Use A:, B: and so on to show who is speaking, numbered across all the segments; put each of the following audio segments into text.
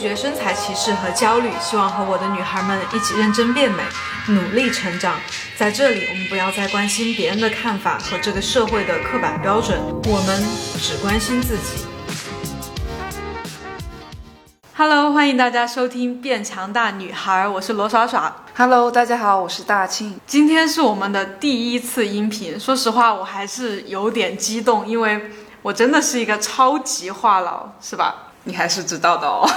A: 绝身材歧视和焦虑，希望和我的女孩们一起认真变美，努力成长。在这里，我们不要再关心别人的看法和这个社会的刻板标准，我们只关心自己。Hello，欢迎大家收听《变强大女孩》，我是罗爽爽。
B: Hello，大家好，我是大庆。
A: 今天是我们的第一次音频，说实话，我还是有点激动，因为我真的是一个超级话痨，是吧？
B: 你还是知道的哦。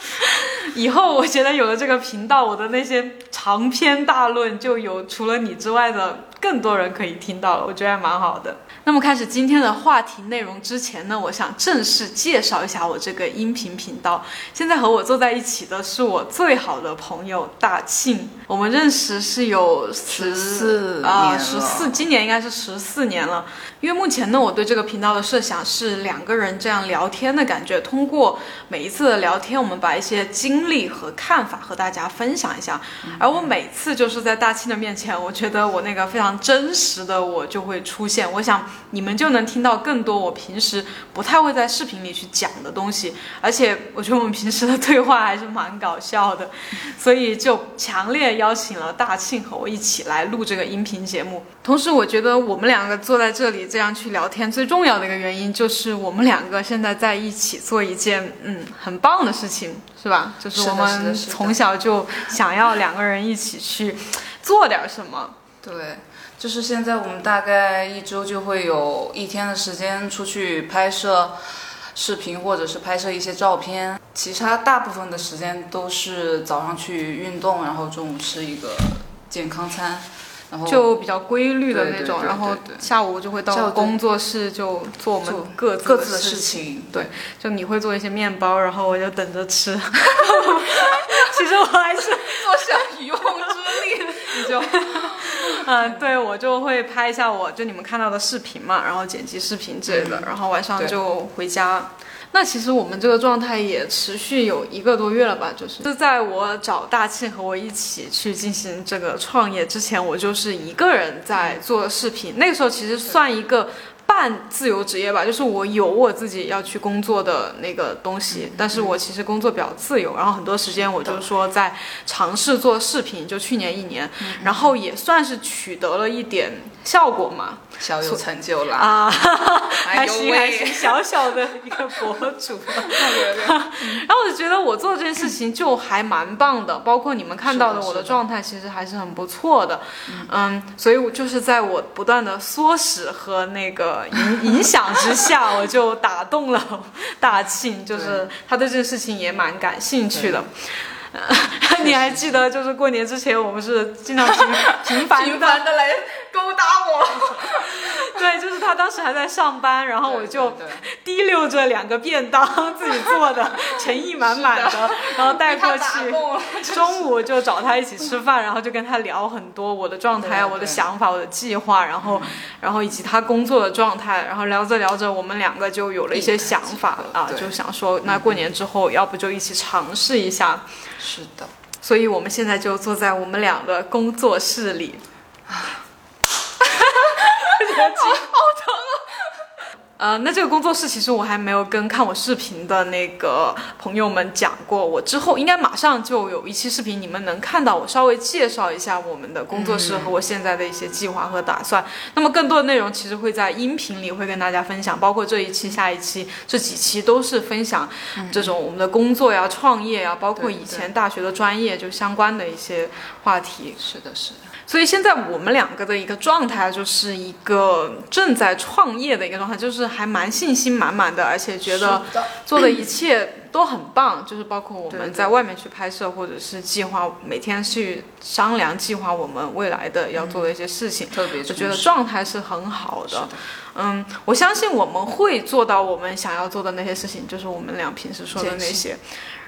A: 以后我觉得有了这个频道，我的那些长篇大论就有除了你之外的更多人可以听到了，我觉得还蛮好的。那么开始今天的话题内容之前呢，我想正式介绍一下我这个音频频道。现在和我坐在一起的是我最好的朋友大庆，我们认识是有十
B: 14
A: 啊
B: 年
A: 十
B: 了
A: 四，今年应该是十四年了。因为目前呢，我对这个频道的设想是两个人这样聊天的感觉，通过每一次的聊天，我们把一些经历和看法和大家分享一下。而我每次就是在大庆的面前，我觉得我那个非常真实的我就会出现。我想你们就能听到更多我平时不太会在视频里去讲的东西，而且我觉得我们平时的对话还是蛮搞笑的，所以就强烈邀请了大庆和我一起来录这个音频节目。同时，我觉得我们两个坐在这里这样去聊天，最重要的一个原因就是我们两个现在在一起做一件嗯很棒的事情，是吧？就是
B: 是
A: 我
B: 的是
A: 们
B: 的是的
A: 从小就想要两个人一起去做点什么。
B: 对，就是现在我们大概一周就会有一天的时间出去拍摄视频，或者是拍摄一些照片。其他大部分的时间都是早上去运动，然后中午吃一个健康餐，然后
A: 就比较规律的
B: 对
A: 那
B: 对
A: 种，
B: 对
A: 然后
B: 对对
A: 下午就会
B: 下
A: 到
B: 午就
A: 工作室就做我们
B: 做
A: 各自
B: 各自的
A: 事
B: 事情。
A: 就你会做一些面包，然后我就等着吃。 其实我还是，
B: 坐享渔翁之 利，你就
A: 嗯，对我就会拍一下我就你们看到的视频嘛，然后剪辑视频之类的，然后晚上
B: 对
A: 就回家。那其实我们这个状态也持续有一个多月了吧，就是是在我找大庆和我一起去进行这个创业之前，我就是一个人在做视频。那个时候其实算一个半自由职业吧，就是我有我自己要去工作的那个东西，但是我其实工作比较自由，然后很多时间我就是说在尝试做视频，就去年一年，然后也算是取得了一点效果嘛，
B: 小有成就啦。
A: 啊，
B: 哎
A: 还
B: 呦
A: 行还
B: 喂
A: 行，小小的一个博主。 然后我就觉得我做这件事情就还蛮棒的，包括你们看到的
B: 是的
A: 我的
B: 是的
A: 状态，其实还是很不错的。嗯，所以我就是在我不断的唆使和那个影 影响之下，我就打动了大庆，就是他对这件事情也蛮感兴趣的。呃 你还记得，就是过年之前，我们是经常 频频繁
B: 频
A: 的
B: 繁的来勾搭我，
A: 对，就是他当时还在上班，然后我就
B: 对对对
A: 提溜着两个便当，自己做 的，诚意满满的，然后带
B: 被他
A: 过
B: 打
A: 去。
B: 动了。
A: 中午就找他一起吃饭，然后就跟他聊很多我的状态、
B: 对
A: 啊、
B: 对嗯
A: 我的想法、我的计划，然后，然后以及他工作的状态，然后聊着聊着，我们两个就有了一些想法
B: 一拍即合
A: 啊，
B: 对嗯
A: 就想说，那过年之后，要不就一起尝试一下。
B: 是的，
A: 所以我们现在就坐在我们俩的工作室里。呃，那这个工作室其实我还没有跟看我视频的那个朋友们讲过，我之后应该马上就有一期视频，你们能看到我稍微介绍一下我们的工作
B: 嗯
A: 室和我现在的一些计划和打算。那么更多的内容其实会在音频里会跟大家分享，包括这一期、下一期这几期都是分享这种我们的工作呀、创业呀，包括
B: 嗯对
A: 以
B: 对
A: 前大学的专业就相关的一些话题。
B: 是的，是的，
A: 所以现在我们两个的一个状态就是一个正在创业的一个状态，就是还蛮信心满满的，而且觉得
B: 是的
A: 做的一切都很棒，就是包括我
B: 对
A: 们
B: 对
A: 在外面去拍摄，或者是计划每天去商量计划我们未来的要做的一些事情，
B: 特别
A: 我觉得
B: 充实
A: 状态是很好
B: 是的，
A: 嗯，我相信我们会做到我们想要做的那些事情，就是我们俩平时说的那
B: 坚
A: 些。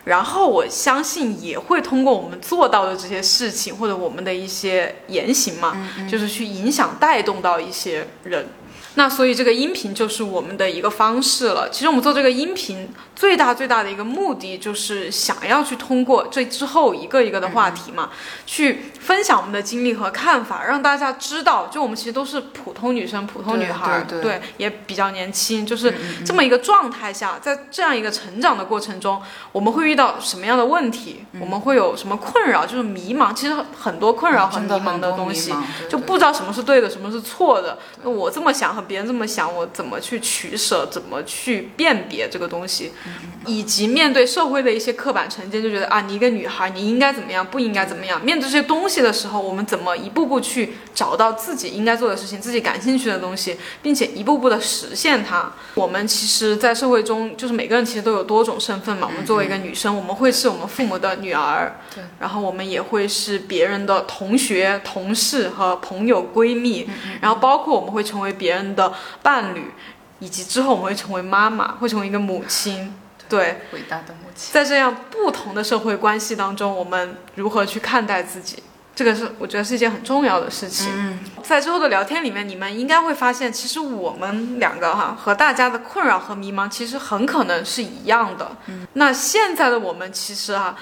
A: 然后我相信也会通过我们做到的这些事情，或者我们的一些言行嘛，就是去影响带动到一些人。那所以这个音频就是我们的一个方式了。其实我们做这个音频最大最大的一个目的，就是想要去通过这之后一个一个的话题嘛，
B: 嗯
A: 去分享我们的经历和看法，让大家知道，就我们其实都是普通女生、普通女孩儿，
B: 对对嗯
A: 对，也比较年轻，就是这么一个状态下，在这样一个成长的过程中，我们会遇到什么样的问题？
B: 嗯
A: 我们会有什么困扰？就是迷茫，其实很多困扰和迷
B: 嗯真的
A: 茫
B: 很
A: 的
B: 多
A: 东
B: 迷
A: 西
B: 茫，对
A: 就
B: 对
A: 不知道什么是对的，什么是错的。那我这么想和别人这么想，我怎么去取舍，怎么去辨别这个东西，
B: 嗯
A: 以及面对社会的一些刻板成见，就觉得啊，你一个女孩，你应该怎么样，不应该怎么样。面对这些东西的时候，我们怎么一步步去找到自己应该做的事情，自己感兴趣的东西，并且一步步的实现它。我们其实，在社会中，就是每个人其实都有多种身份嘛。我们作为一个
B: 嗯
A: 女生，我们会是我们父母的女儿，
B: 对，
A: 然后我们也会是别人的同学、同事和朋友、闺蜜，然后包括我们会成为别人的伴侣，以及之后我们会成为妈妈，会成为一个母亲。对，
B: 伟大的母亲。
A: 在这样不同的社会关系当中，我们如何去看待自己？这个是我觉得是一件很重要的事情。
B: 嗯，
A: 在之后的聊天里面，你们应该会发现，其实我们两个哈和大家的困扰和迷茫其实很可能是一样的。嗯，那现在的我们其实哈、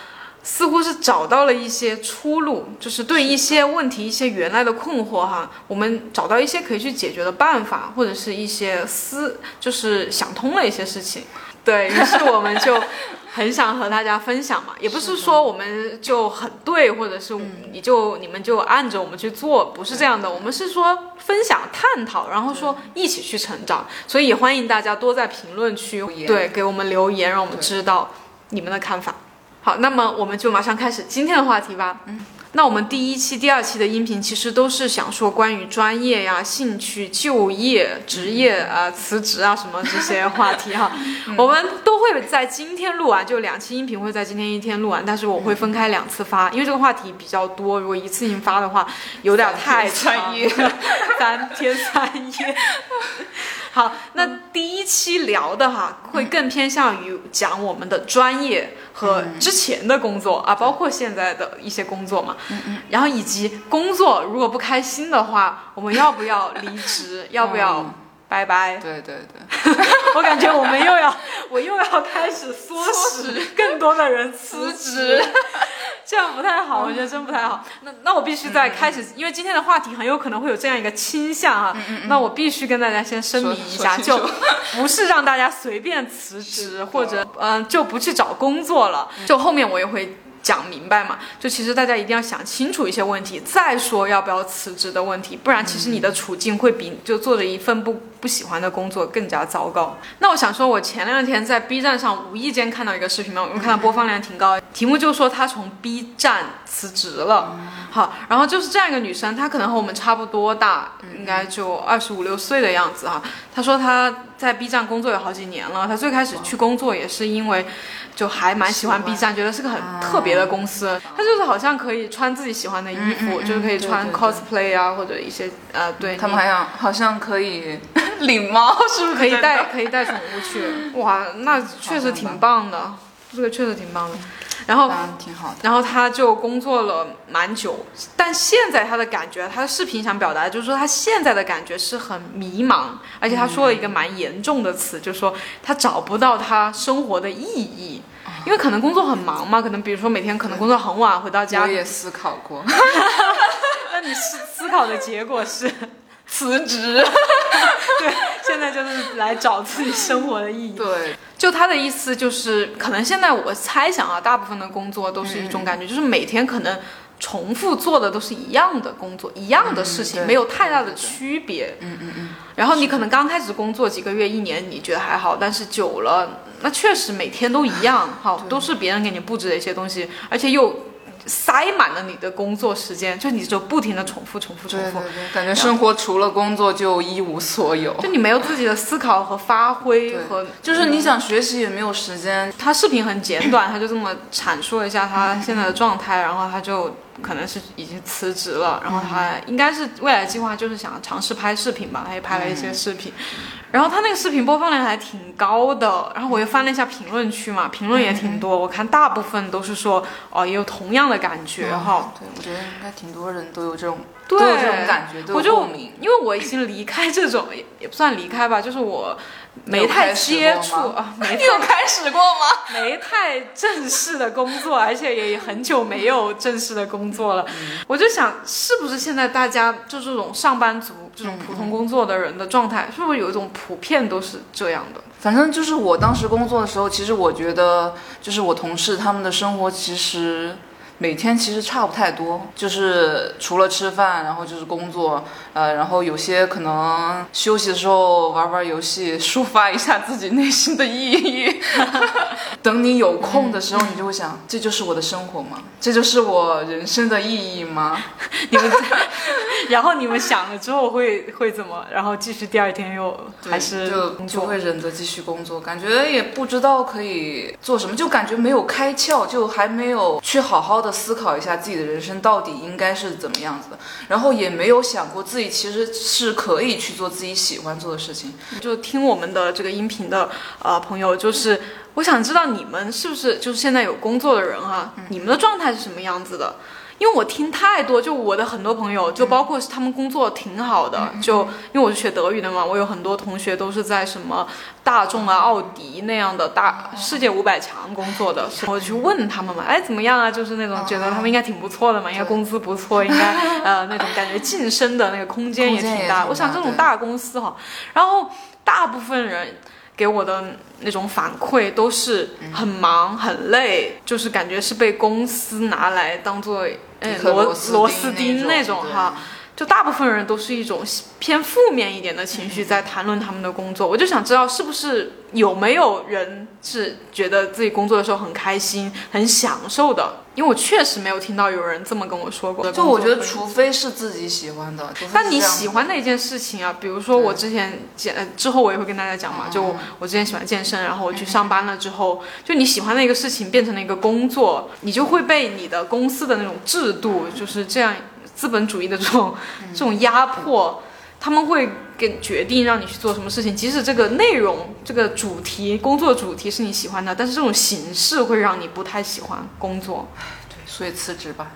A: 似乎是找到了一些出路，就是对一些问题、一些原来的困惑哈，我们找到一些可以去解决的办法，或者是一些思，就是想通了一些事情。对于是，我们就很想和大家分享 嘛，也不是说我们就很对，或者是你就、你们就按着我们去做，不是这样的。我们是说分享、探讨，然后说一起去成长，所以也欢迎大家多在评论区
B: 言
A: 对给我们留言，让我们
B: 对
A: 知道你们的看法。好，那么我们就马上开始今天的话题吧。嗯，那我们第一期、第二期的音频其实都是想说关于专业呀、兴趣、就业、职业啊、呃辞职啊什么这些话题 哈、我们都会在今天录完，就两期音频会在今天一天录完，但是我会分开两次发，因为这个话题比较多，如果一次性发的话有点太
B: 三天
A: 长三天 三夜。好，那第一期聊的哈，会更偏向于讲我们的专业和之前的工作、啊，包括现在的一些工作嘛。嗯嗯。然后以及工作如果不开心的话，我们要不要离 职？要不要拜拜？
B: 对对对。
A: 哦 我感觉我们又要， 我又要开始唆使更多的人辞职， 嗯这样不太好，我觉得真不太好。那那我必须在开始，因为今天的话题很有可能会有这样一个倾向啊，那我必须跟大家先声明一下，
B: 说说清
A: 就
B: 楚
A: 不是让大家随便辞职或者嗯、呃就不去找工作了，就后面我也会。讲明白嘛，就其实大家一定要想清楚一些问题，再说要不要辞职的问题，不然其实你的处境会比就做着一份不不喜欢的工作更加糟糕。那我想说，我前两天在 B 站上无意间看到一个视频嘛，我看到播放量挺高，题目就说她从 B 站辞职了。好，然后就是这样一个女生，她可能和我们差不多大，应该就二十五六岁的样子哈。她说她在 B 站工作有好几年了，她最开始去工作也是因为就还蛮喜欢
B: 喜欢啊
A: B 站，觉得是个很特别的公司，她就是好像可以穿自己喜欢的衣服，
B: 嗯嗯
A: 就是可以
B: 嗯对
A: 穿
B: 对
A: cosplay 啊或者一些呃对，
B: 他们好像好像可 以领猫，是不是？
A: 可以带可以带宠物去，哇，那确实挺棒的，这个确实挺棒的。然后
B: 当然挺好的。
A: 然后他就工作了蛮久，但现在他的感觉，他的视频想表达就是说他现在的感觉是很迷茫，而且他说了一个蛮严重的词，就是说他找不到他生活的意义，因为可能工作很忙嘛，可能比如说每天可能工作很晚回到家
B: 我，也思考 过
A: 嗯 那你思思考的结果是，
B: 辞职，
A: 对，现在就是来找自己生活的意义。
B: 对，
A: 就他的意思就是，可能现在我猜想啊，大部分的工作都是一
B: 嗯
A: 种感觉，就是每天可能重复做的都是一样的工作，一样的事情，
B: 嗯对
A: 没有太大的
B: 对对对
A: 区别。嗯嗯嗯。然后你可能刚开始工作几个月、一年，你觉得还好，但是久了，那确实每天都一样，好，都是别人给你布置的一些东西，而且又塞满了你的工作时间，就你就不停的重复、重复、重
B: 对
A: 复。
B: 对对，感觉生活除了工作就一无所有。
A: 就你没有自己的思考和发挥
B: 对
A: 和
B: 就是你想学习也没有时间，
A: 嗯他视频很简短，他就这么阐述了一下他现在的状态，然后他就可能是已经辞职了，然后他应该是未来计划就是想尝试拍视频吧，他也拍了一些视频，然后他那个视频播放量还挺高的，然后我又翻了一下评论区嘛，评论也挺多，我看大部分都是说哦也有同样的感觉哈。
B: 对，我觉得应该挺多人都有这种
A: 对
B: 都有这种感觉，都
A: 我
B: 有
A: 就
B: 共鸣。
A: 因为我已经离开这种，也也不算离开吧，就是我没太接触
B: 有开始过吗
A: 啊，没
B: 你有开始过吗？
A: 没太正式的工作，而且也很久没有正式的工作了。
B: 嗯
A: 我就想，是不是现在大家就这种上班族、这种普通工作的人的状
B: 嗯
A: 态，是不是有一种普遍都是这样 的？
B: 反正就是我当时工作的时候，其实我觉得，就是我同事他们的生活其实每天其实差不太多，就是除了吃饭，然后就是工作，呃，然后有些可能休息的时候玩玩游戏，抒发一下自己内心的抑 郁。等你有空的时候，你就会想，这就是我的生活吗？这就是我人生的意义吗？
A: 你们，然后你们想了之后会会怎么？然后继续第二天又
B: 对
A: 还是
B: 就
A: 工
B: 就
A: 作？
B: 会忍着继续工作，感觉也不知道可以做什么，就感觉没有开窍，就还没有去好好的思考一下自己的人生到底应该是怎么样子的，然后也没有想过自己其实是可以去做自己喜欢做的事情。
A: 就听我们的这个音频的呃朋友，就是我想知道你们是不是就是现在有工作的人啊，
B: 嗯
A: 你们的状态是什么样子的？因为我听太多，就我的很多朋友，
B: 嗯
A: 就包括他们工作挺好的，就因为我是学德语的嘛，我有很多同学都是在什么大众啊、奥迪那样的大
B: 哦
A: 世界五百强工作的，所以我去问他们嘛，哎怎么样啊？就是那
B: 哦
A: 种觉得他们应该挺不错的嘛，应该工资不错，应该呃那种感觉晋升的那个空间也
B: 空间也
A: 挺
B: 挺
A: 大。
B: 大
A: 我想这种
B: 对
A: 大公司哈，然后大部分人给我的那种反馈都是
B: 嗯
A: 很忙、很累，就是感觉是被公司拿来当做哎
B: 一颗
A: 螺螺
B: 螺
A: 丝
B: 丝
A: 钉
B: 钉
A: 那
B: 那
A: 种
B: 种
A: 哈。就大部分人都是一种偏负面一点的情
B: 嗯
A: 绪在谈论他们的工作，我就想知道是不是有没有人是觉得自己工作的时候很开心、很享受的？因为我确实没有听到有人这么跟我说过。
B: 就我觉得，
A: 工作会
B: 除非是自己喜欢的，除非
A: 但
B: 是
A: 你
B: 这样
A: 喜欢的一件事情啊，比如说我之前健，呃之后我也会跟大家讲嘛，就
B: 嗯
A: 我我之前喜欢健身，然后我去上班了之后，就你喜欢的一个事情变成了一个工作，你就会被你的公司的那种制度，就是这样资本主义的这种
B: 嗯
A: 这种压迫，他们会给决定让你去做什么事情，即使这个内容、这个主题、工作主题是你喜欢的，但是这种形式会让你不太喜欢工作。
B: 对，所以辞职吧。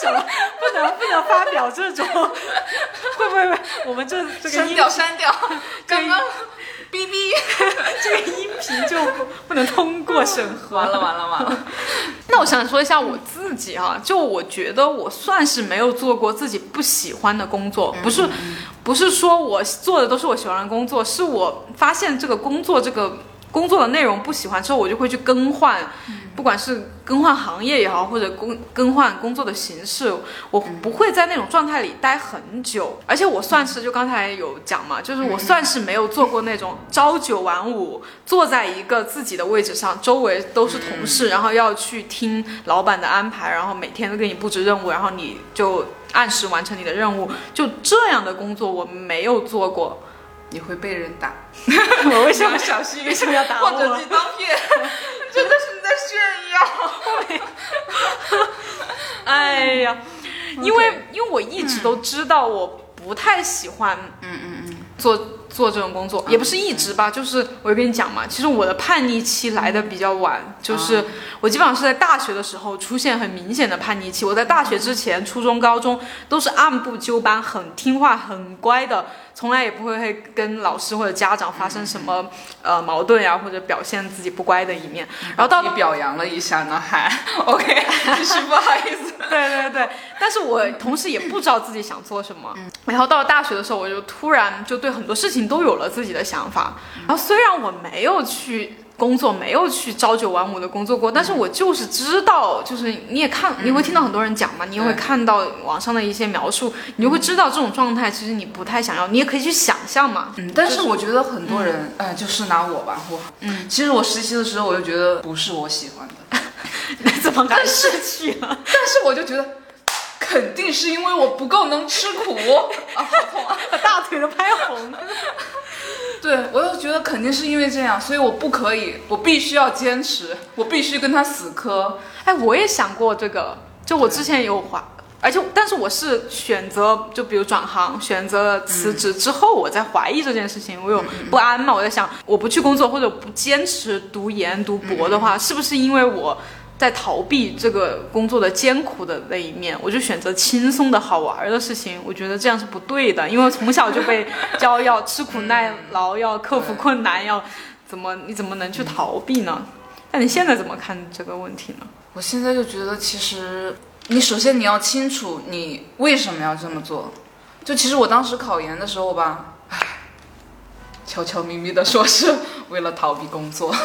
A: 什么？不能不能发表这 种，会不会被我们这这个
B: 删
A: 音
B: 掉，删掉，
A: 这个
B: 刚
A: 音
B: 刚哔哔，
A: 这个音频就不能通过审核
B: 完了完了完 了，
A: 那我想说一下我自己哈、就我觉得我算是没有做过自己不喜欢的工作，不是不是说我做的都是我喜欢的工作，是我发现这个工作这个工作的内容不喜欢之后，我就会去更换，不管是更换行业也好，或者工更换工作的形式，我不会在那种状态里待很久。而且我算是就刚才有讲嘛，就是我算是没有做过那种朝九晚五，坐在一个自己的位置上，周围都是同事，然后要去听老板的安排，然后每天都给你布置任务，然后你就按时完成你的任务，就这样的工作我没有做过。
B: 你会被人打。
A: 我为什么小心？为什么要打我？
B: 或者鸡当片，真的是你在炫耀。
A: 哎呀，因为因为我一直都知道我不太喜欢，嗯嗯嗯，做做这种工作，也不是一直吧，就是我跟你讲嘛，其实我的叛逆期来的比较晚，就是我基本上是在大学的时候出现很明显的叛逆期。我在大学之前，初中、高中都是按部就班，很听话、很乖的，从来也不会会跟老师或者家长发生什么呃矛盾呀、或者表现自己不乖的一面。然后到
B: 你表扬了一下呢，还 OK，继续，不好意思。
A: 对对对，但是我同时也不知道自己想做什么。然后到了大学的时候，我就突然就对很多事情都有了自己的想法。然后虽然我没有去工作，没有去朝九晚五的工作过，但是我就是知道，就是你也看，你会听到很多人讲嘛，你也会
B: 对
A: 看到网上的一些描述，你就会知道这种状态其实你不太想要，你也可以去想象嘛。
B: 嗯，但是我觉得很多人，哎、就是拿我吧，我，嗯，其实我实习的时候我就觉得不是我喜欢的，
A: 你 怎么敢 失去了？
B: 但是我就觉得肯定是因为我不够能吃 苦啊，好痛啊！
A: 把大腿都拍红了。
B: 对我就觉得肯定是因为这样，所以我不可以，我必须要坚持，我必须跟他死磕。
A: 哎，我也想过这个，就我之前有怀而且，但是我是选择，就比如转行，选择辞职之后，我在怀疑这件事情，我有不安嘛？我在想，我不去工作或者不坚持读研读博的话，是不是因为我在逃避这个工作的艰苦的那一面？我就选择轻松的好玩儿的事情，我觉得这样是不对的，因为从小就被教要吃苦耐劳，要克服困难，要怎么你怎么能去逃避呢？那你现在怎么看这个问题呢？
B: 我现在就觉得，其实你首先你要清楚你为什么要这么做。就其实我当时考研的时候吧，唉，悄悄咪咪的说是为了逃避工作，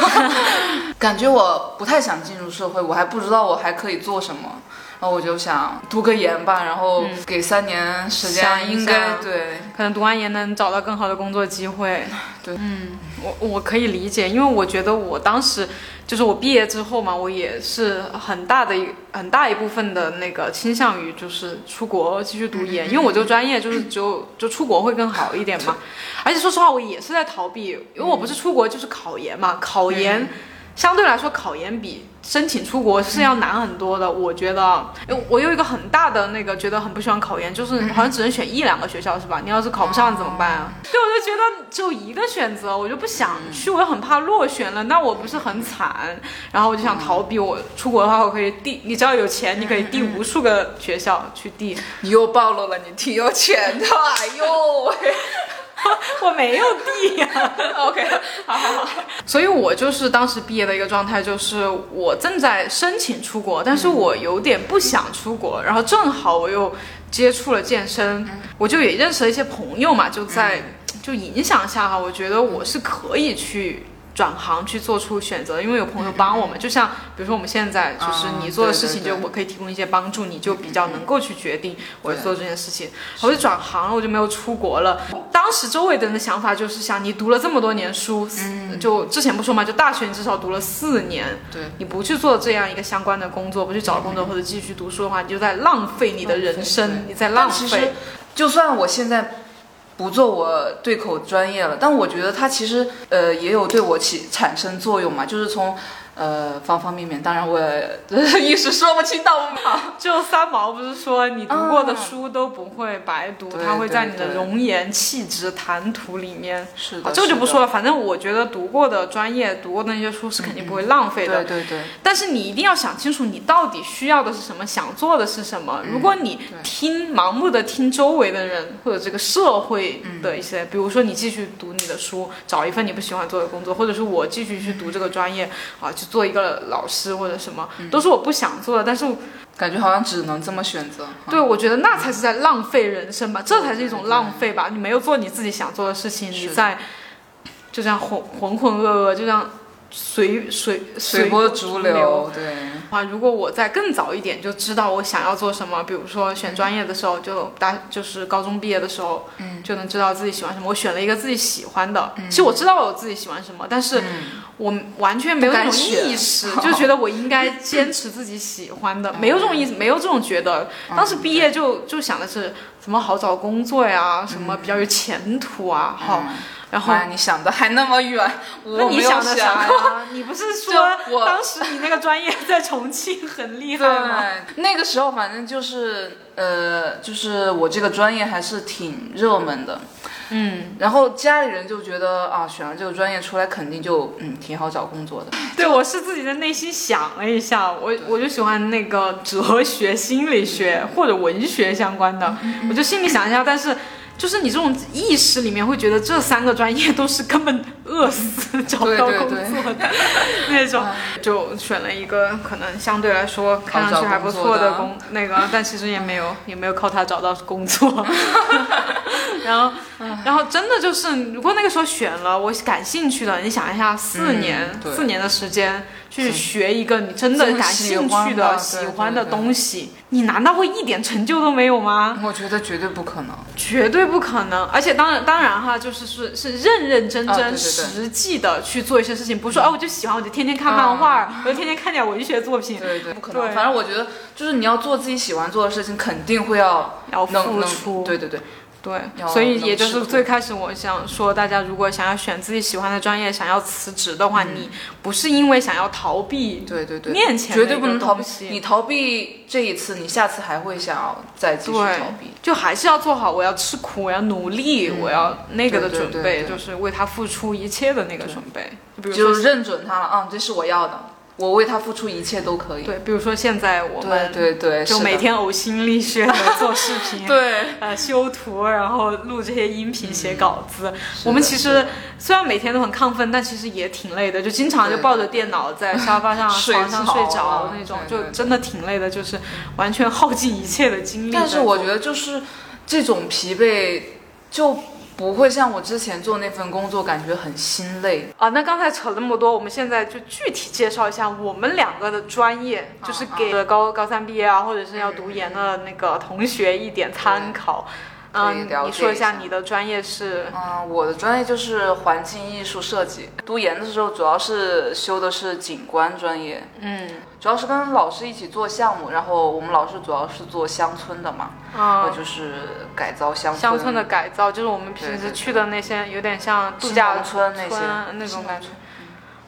B: 感觉我不太想进入社会，我还不知道我还可以做什么。然后我就想读个研吧，然后给三年时
A: 嗯想
B: 间，
A: 一
B: 应
A: 下
B: 该对
A: 可能读完研能找到更好的工作机会。
B: 对
A: 嗯，我我可以理解，因为我觉得我当时就是我毕业之后嘛，我也是很大的一很大一部分的那个倾向于就是出国继续读研，因为我这个专业就是只有就出国会更好一点嘛。而且说实话，我也是在逃避，因为我不是出国就是考研嘛，考研。相对来说，考研比申请出国是要难很多的。我觉得，因为我有一个很大的那个觉得很不喜欢考研，就是好像只能选一两个学校，是吧？你要是考不上怎么办啊？对，我就觉得只有一个选择，我就不想去，我又很怕落选了，那我不是很惨？然后我就想逃避。我出国的话，我可以递，你只要有钱，你可以递无数个学校去递。
B: 你又暴露了，你挺有钱的，哎呦喂。
A: 我没有地呀、OK，好好好。所以我就是当时毕业的一个状态，就是我正在申请出国，但是我有点不想出
B: 嗯
A: 国，然后正好我又接触了健身，我就也认识了一些朋友嘛，就在、
B: 嗯
A: 就影响下哈，我觉得我是可以去。转行去做出选择，因为有朋友帮我们，就像比如说我们现在就是
B: 嗯啊
A: 你做的
B: 对
A: 事情，
B: 对
A: 就
B: 对
A: 我可以提供一些帮助，你就比较能够去决定我
B: 对
A: 做这件事情。我就转行了，我就没有出国了。当时周围的人的想法就是想，你读了这么多年书，
B: 嗯
A: 就之前不说嘛，就大学你至少读了四年，
B: 对，
A: 你不去做这样一个相关的工作，不去找工作或者继续读书的话，你就在浪费你的人生，你在浪
B: 但其实
A: 费。，
B: 就算我现在不做我对口专业了，但我觉得它其实呃也有对我起产生作用嘛，就是从呃方方面面。当然我呃 一时说不清道不明。
A: 就三毛不是说，你读过的书都不会白读，
B: 对
A: 它会在你的
B: 对对
A: 容颜、气质、谈吐里面。
B: 是
A: 好，
B: 的，
A: 这个就不
B: 啊是
A: 说了。反正我觉得读过的专业、读过的那些书是肯
B: 嗯
A: 定不会浪费的。
B: 的。对对对，
A: 但是你一定要想清楚，你到底需要的是什么，想做的是什么。
B: 嗯
A: 如果你听盲目的听周围的人或者这个社会的一
B: 嗯
A: 些，比如说你继续读你的书，找一份你不喜欢做的工作，或者是我继续去读这个专业啊，去做一个老师或者什么，
B: 嗯
A: 都是我不想做的。但是
B: 感觉好像只能这么选择。
A: 对，我觉得那才是在浪费人生
B: 嗯
A: 吧，这才是一种浪费吧。你没有做你自己想做的事情，
B: 是
A: 你
B: 的
A: 在就这样浑浑浑噩噩，就这样随随
B: 随波逐
A: 流。
B: 流，对，
A: 啊，如果我在更早一点就知道我想要做什么，比如说选专业的时候，就大就是高中毕业的时候，嗯，就能知道自己喜欢什么。我选了一个自己喜欢的，
B: 嗯
A: 其实我知道我自己喜欢什么，但是我完全没有
B: 不
A: 那
B: 敢
A: 种
B: 选
A: 意识，就觉得我应该坚持自己喜欢的，
B: 嗯
A: 没有这种意识，没有这种觉得。当时毕业就就想的是怎么好找工作呀，什
B: 嗯
A: 么比较有前途啊，好，然后
B: 妈呀你想的还那么远，
A: 那
B: 我
A: 你
B: 没有
A: 想的啥
B: 呀
A: 呀？你不是说
B: 就我
A: 当时你那个专业在重庆很厉害吗？
B: 对，啊那个时候反正就是呃，就是我这个专业还是挺热门的，嗯，然后家里人就觉得啊，选了这个专业出来肯定就嗯挺好找工作的，
A: 对，我是自己在内心想了一下，我我就喜欢那个哲学、心理学或者文学相关的，
B: 嗯
A: 我就心里想一下，但是。就是你这种意识里面会觉得这三个专业都是根本饿死 找不到
B: 对
A: 工
B: 对嗯
A: 作 的那种，就选了一个可能相对来说看上
B: 好
A: 去
B: 找
A: 还不
B: 工作
A: 错的
B: 的
A: 工那个，但其实也没有也没有靠它找到工 作。 然后，然后真的就是，如果那个时候选了我感兴趣的，你想一下，四年、
B: 嗯对嗯
A: 四年的时间去学一个你真的感兴趣的、
B: 自
A: 喜
B: 己喜欢的
A: 欢的
B: 对对对
A: 东西，你难道会一点成就都没有吗？
B: 我觉得绝对不可能，
A: 绝对不可能。而且当然，当然哈，就是是是认认真
B: 啊对对
A: 真、
B: 对
A: 实际的去做一些事情，不是说哦，我就喜欢，我就天天看漫画，
B: 啊
A: 我就天天看点文学作品，
B: 对对，不可
A: 对
B: 能。反正我觉得就是你要做自己喜欢做的事情，肯定会要
A: 要
B: 能
A: 付
B: 能
A: 出。
B: 对对对。
A: 对
B: 要，
A: 所以也
B: 能
A: 就
B: 吃
A: 是
B: 苦
A: 最开始我想说，大家如果想要选自己喜欢的专业，想要辞职的
B: 嗯
A: 话，你不是因为想要逃避
B: 对对对，
A: 面前的
B: 绝对
A: 一
B: 不
A: 个
B: 能逃
A: 东
B: 避
A: 西。
B: 你逃避这一次，你下次还会想要再继续
A: 对
B: 逃避。
A: 就还是要做好我要吃苦，我要努力，我要那个的
B: 嗯对对
A: 准备，
B: 对对
A: 就是为他付出一切的那个准备。就比如
B: 就
A: 说，
B: 认准他了啊，这是我要的，我为他付出一切都可以。
A: 对，比如说现在我
B: 对
A: 们
B: 对对，
A: 就是每
B: 的
A: 天呕心沥血的做视频，
B: 对，嗯
A: 呃，修图，然后录这些音频、写稿子。
B: 是
A: 我们
B: 的
A: 其
B: 是
A: 实虽然每天都很亢奋，但其实也挺累的，就经常就
B: 对
A: 抱着电脑在沙发 上、
B: 睡
A: 床上
B: 着
A: 睡
B: 了
A: 着那种，
B: 对
A: 就
B: 对
A: 真的挺累的，就是完全耗尽一切的精力在做。
B: 但是我觉得就是这种疲惫就不会像我之前做那份工作感觉很心累。
A: 啊，那刚才扯了那么多，我们现在就具体介绍一下我们两个的专业，就是给高高三毕业啊，或者是要读研的那个同学一点参考。
B: 可以
A: 嗯，
B: 了
A: 你
B: 解
A: 说
B: 一
A: 一下
B: 下
A: 你的专业是
B: 嗯，我的专业就是环境艺术设计，读研的时候主要是修的是景观专业，
A: 嗯
B: 主要是跟老师一起做项目，然后我们老师主要是做乡村的嘛，
A: 啊、
B: 那就是改造乡
A: 乡村的改造，就是我们
B: 对
A: 平
B: 对
A: 时
B: 对
A: 去的那些有点像度
B: 新
A: 假
B: 农村那些
A: 啊那种感觉。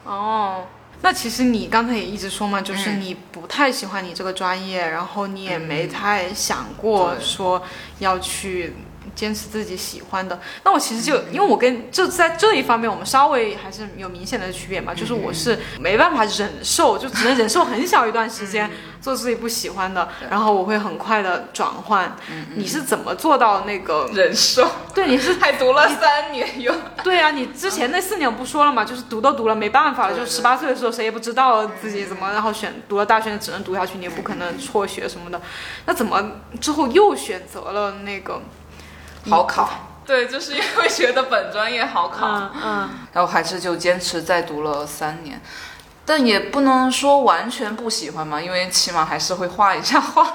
A: 哦，那其实你刚才也一直说嘛，就是
B: 嗯
A: 你不太喜欢你这个专业，然后你也没太想过
B: 对
A: 说要去坚持自己喜欢的。那我其实
B: 嗯
A: 就因为我跟就在这一方面，我们稍微还是有明显的区别嘛，就是
B: 嗯
A: 我是没办法忍受，就只能忍受很小一段时
B: 嗯
A: 间 做自己不喜欢的，然后我会很快的转换。
B: 嗯
A: 你是怎么做到那个？
B: 忍 受，
A: 对，你是
B: 还读了三 年哟。
A: 对啊，你之前那四年我不说了嘛，就是读都读了，没办法了。
B: 对
A: 就
B: 对
A: 十八岁的时候，谁也不知道自己怎么，然后选读了大学只能读下去，你也不可能辍学什么的。那怎么之后又选择了那个嗯
B: 好考。对，就是因为觉得本专业好考，
A: 嗯嗯
B: 然后还是就坚持再读了三年，但也不能说完全不喜欢嘛，因为起码还是会画一 下画。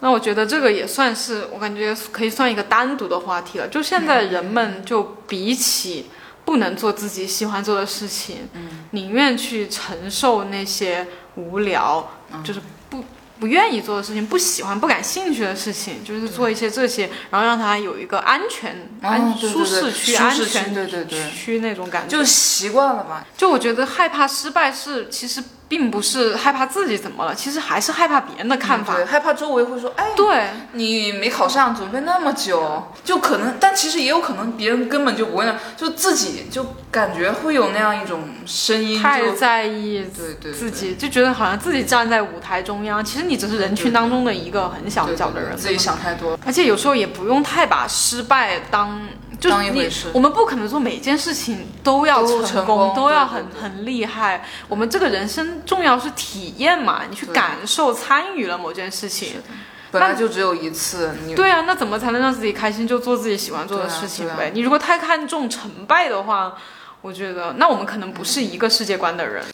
A: 那我觉得这个也算是，我感觉可以算一个单独的话题了。就现在人
B: 嗯
A: 们就比起不能做自己喜欢做的事情，嗯、宁愿去承受那些无聊，
B: 嗯
A: 就是不不愿意做的事情、不喜欢、不感兴趣的事情，就是做一些这些，然后让他有一个安全、安
B: 哦对对
A: 哎舒
B: 对
A: 适区、
B: 舒
A: 安
B: 适区
A: 全
B: 对对对
A: 区那种感觉。
B: 就习惯了吧。
A: 就我觉得害怕失败是其实并不是害怕自己怎么了，其实还是害怕别人的看法。
B: 对，害怕周围会说，嗯哎，
A: 对，
B: 你没考上，准备那么久，就可能，但其实也有可能别人根本就不会那样，就自己就感觉会有那样一种声音，
A: 太
B: 就
A: 在意
B: 对对
A: 自己就觉得好像自己站在舞台中央，其实你只是人群当中的一个很小很
B: 对
A: 小的
B: 对
A: 人，
B: 自己想太多了。
A: 而且有时候也不用太把失败当就是
B: 当一
A: 你
B: 回事
A: 我们不可能说每件事情都要
B: 都
A: 功，都
B: 成功对
A: 要
B: 对
A: 很
B: 对
A: 很厉害。我们这个人生重要是体验嘛，你去
B: 对
A: 感受参与了某件事情。
B: 本来就只有一次，你
A: 对啊，那怎么才能让自己开心？就做自己喜欢做的
B: 对啊
A: 事情
B: 对啊
A: 呗。你如果太看重成败的话，我觉得那我们可能不是一个世界观的人。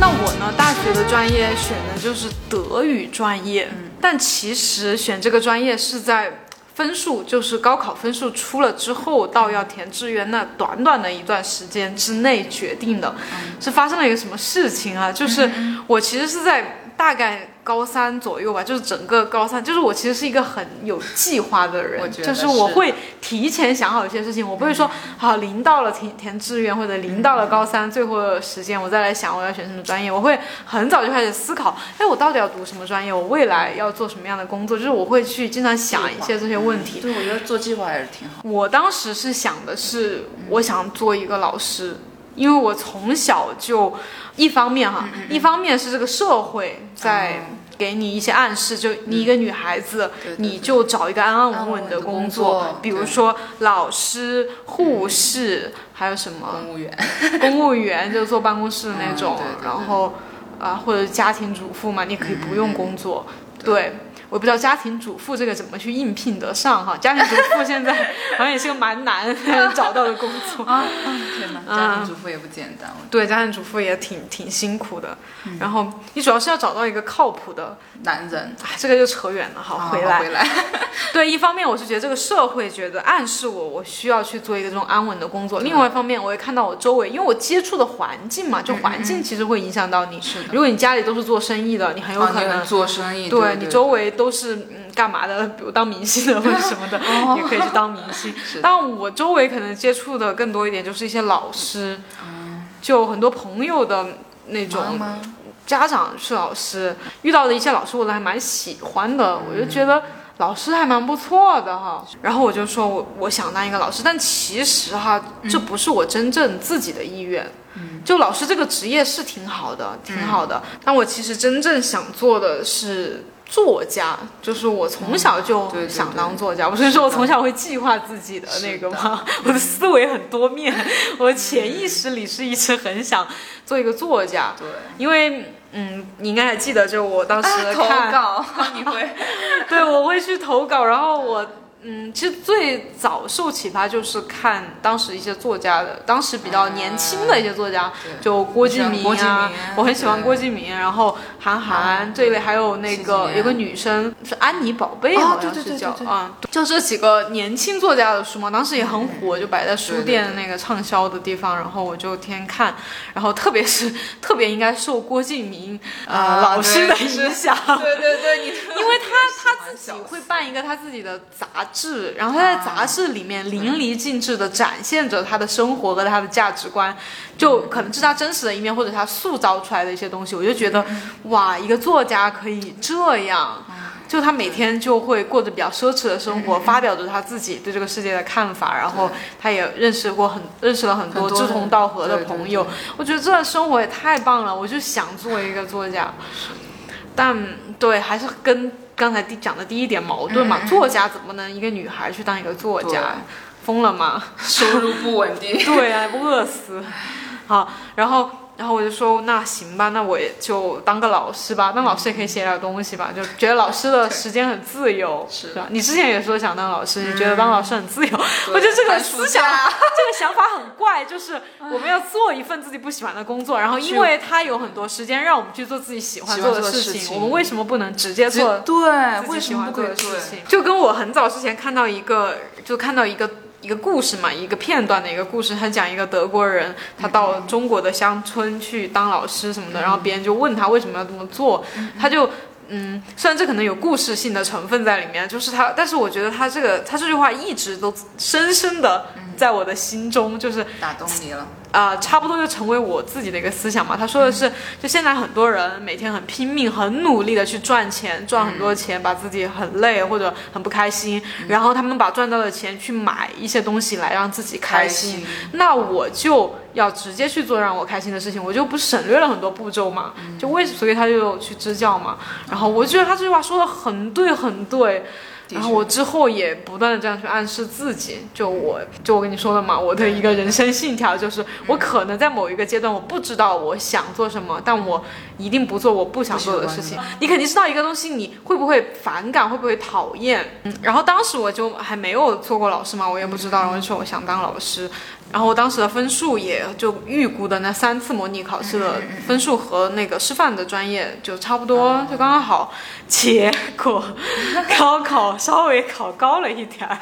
A: 那我呢，大学的专业选的就是德语专业，
B: 嗯
A: 但其实选这个专业是在分数，就是高考分数出了之后，到要填志愿那短短的一段时间之内决定的，
B: 嗯
A: 是发生了一个什么事情啊？就是我其实是在。大概高三左右吧，就是整个高三，就是我其实是一个很有计划的人，
B: 我觉
A: 就
B: 得
A: 是我
B: 是嗯
A: 会提前想好一些事情，我不会说好临到了填填志愿或者临到了高三最后的时间，我再来想我要选什么专业。我会很早就开始思考，哎，我到底要读什么专业？我未来要做什么样的工作？就是我会去经常想一些这些问题。
B: 对，我觉得做计划还是挺好。
A: 我当时是想的是，我想做一个老师，因为我从小就，一方面哈，
B: 嗯
A: 一方面是这个社会在给你一些暗示，就你一个女孩子，
B: 嗯对对
A: 你就找一个安安
B: 安
A: 稳
B: 稳
A: 稳的
B: 的工
A: 工
B: 作
A: 比如
B: 对
A: 说老师、护士，还有什么
B: 公务员，
A: 公务员，就是坐办公室那种
B: 嗯对对，对嗯
A: 然后啊、或者家庭主妇嘛，你可以不用工作，对。我不知道家庭主妇这个怎么去应聘得上哈。家庭主妇现在 好像也是个蛮 难找到的工作。
B: 啊，天哪， 家
A: 啊
B: 庭主妇也不简单，我
A: 对，家庭主妇也挺挺辛苦的。
B: 嗯
A: 然后你主要是要找到一个靠谱的，
B: 男人
A: 哎，这个就扯远了哈，
B: 啊
A: 回来。
B: 回来，
A: 对，一方面我是觉得这个社会觉得暗示我，我需要去做一个这种安稳的工作；，另外一方面，我也看到我周围，因为我接触的环境嘛，就环境其实会影响到你。
B: 嗯是的，
A: 如果你家里都是做生意的，你很有
B: 啊
A: 可
B: 你
A: 能
B: 很做生意，
A: 对
B: 对
A: 你周围都是嗯干嘛的，比如当明星的或者什么 的，也可以去当明星
B: 哦是。
A: 但我周围可能接触的更多一点就是一些老师，
B: 哦
A: 就很多朋友的那
B: 那种
A: 种
B: 吗？
A: 家长是老师，遇到的一些老师我都还蛮喜欢
B: 嗯
A: 的，我就觉得老师还蛮不错的哈。然后我就说我我想当一个老师，但其实哈，
B: 嗯
A: 这不是我真正自己的意愿。就老师这个职业是挺好的，挺好的。
B: 嗯
A: 但我其实真正想做的是作家，就是我从小就
B: 嗯对对
A: 想
B: 对
A: 当作家。不是说我从小会计划自己的那个吗？ 我的思维很多面，我潜意识里是一直很想做一个作家。
B: 对，哎
A: 因为嗯，你应该还记得，就我当时
B: 投
A: 看，
B: 稿啊你会
A: 对我会去投稿，然后我嗯，其实最早受启发就是看当时一些作家的，当时比较年轻的一些作家，
B: 啊对
A: 就郭敬明
B: 郭敬明
A: 啊，我很喜欢
B: 对
A: 郭敬明，然后韩寒这一类，还有那
B: 谢
A: 个
B: 金
A: 有个女生是安妮宝贝，
B: 哦
A: 好像
B: 对对
A: 是
B: 对
A: 叫
B: 对对
A: 啊，就这几个年轻作家的书嘛，当时也很火，就摆在书店那个畅销的地方，然后我就天天看，然后特别是特别应该受郭敬明呃
B: 啊
A: 老师的
B: 对是
A: 影响，
B: 对对对，你
A: 因为他他
B: 他
A: 自己会办一个他自己的杂志，然后他
B: 啊
A: 在杂志里面淋漓尽致地展现着他的生活和他的价值观，就可能是他真实的一面，或者他塑造出来的一些东西。我就觉得，
B: 嗯
A: 哇，一个作家可以这样，
B: 啊
A: 就他每天就会过着比较奢侈的生
B: 嗯
A: 活，发表着他自己对这个世界的看法，然后他也认识过很认识了很多
B: 很多
A: 志
B: 人
A: 同道合的
B: 对对
A: 朋
B: 对
A: 友。我觉得这生活也太棒了，我就想做一个作家。但对，还是跟刚才第讲的第一点矛盾嘛。作家怎么能一个女孩去当一个作家？疯了吗？
B: 收入不稳定，
A: 对啊，饿死。好，然后然后我就说那行吧，那我也就当个老师吧，当老师也可以写点东西吧，就觉得老师的时间很自由，
B: 是
A: 吧？你之前也说想当老师，你觉得当老师很自由， 我觉得这个
B: 嗯寒暑
A: 思想，
B: 假
A: 这个想法很怪，就是我们要做一份自己不喜欢的工作，然后因为它有很多时间让我们去做自己喜欢
B: 喜欢
A: 做的
B: 做的
A: 事
B: 事
A: 情，
B: 情
A: 我们为什么不能直 接做
B: 对，
A: 自己
B: 为
A: 喜
B: 什么
A: 欢
B: 不
A: 做
B: 可以
A: 的事
B: 对？
A: 情。就跟我很早之前看到一个，就看到一个一个故事嘛，一个片段的一个故事，他讲一个德国人，他到中国的乡村去当老师什么的，然后别人就问他为什么要这么做，他就。嗯，虽然这可能有故事性的成分在里面，就是他，但是我觉得他这个他这句话一直都深深的在我的心中，就是
B: 打动你了，
A: 啊、差不多就成为我自己的一个思想嘛。他说的是，就现在很多人每天很拼命、很努力的去赚钱，赚很多钱，把自己很累或者很不开心，然后他们把赚到的钱去买一些东西来让自己开心。
B: 心，
A: 那我就要直接去做让我开心的事情，我就不省略了很多步骤嘛，
B: 嗯
A: 就为所以他就有去支教嘛。然后我就觉得他这句话说的很对很对，
B: 的
A: 然后
B: 确
A: 我之后也不断的这样去暗示自己，就我就我跟你说的嘛，我的一个人生信条
B: 嗯
A: 就是，我可能在某一个阶段我不知道我想做什么，但我一定不做我不想做的事情
B: 不喜。
A: 你肯定知道一个东西，你会不会反感，会不会讨厌？嗯，然后当时我就还没有做过老师嘛，我也不知道，然后就说我想当老师。然后我当时的分数也就预估的那三次模拟考试的分数和那个师范的专业就差不多，就刚刚好。结果高考稍微考高了一点儿，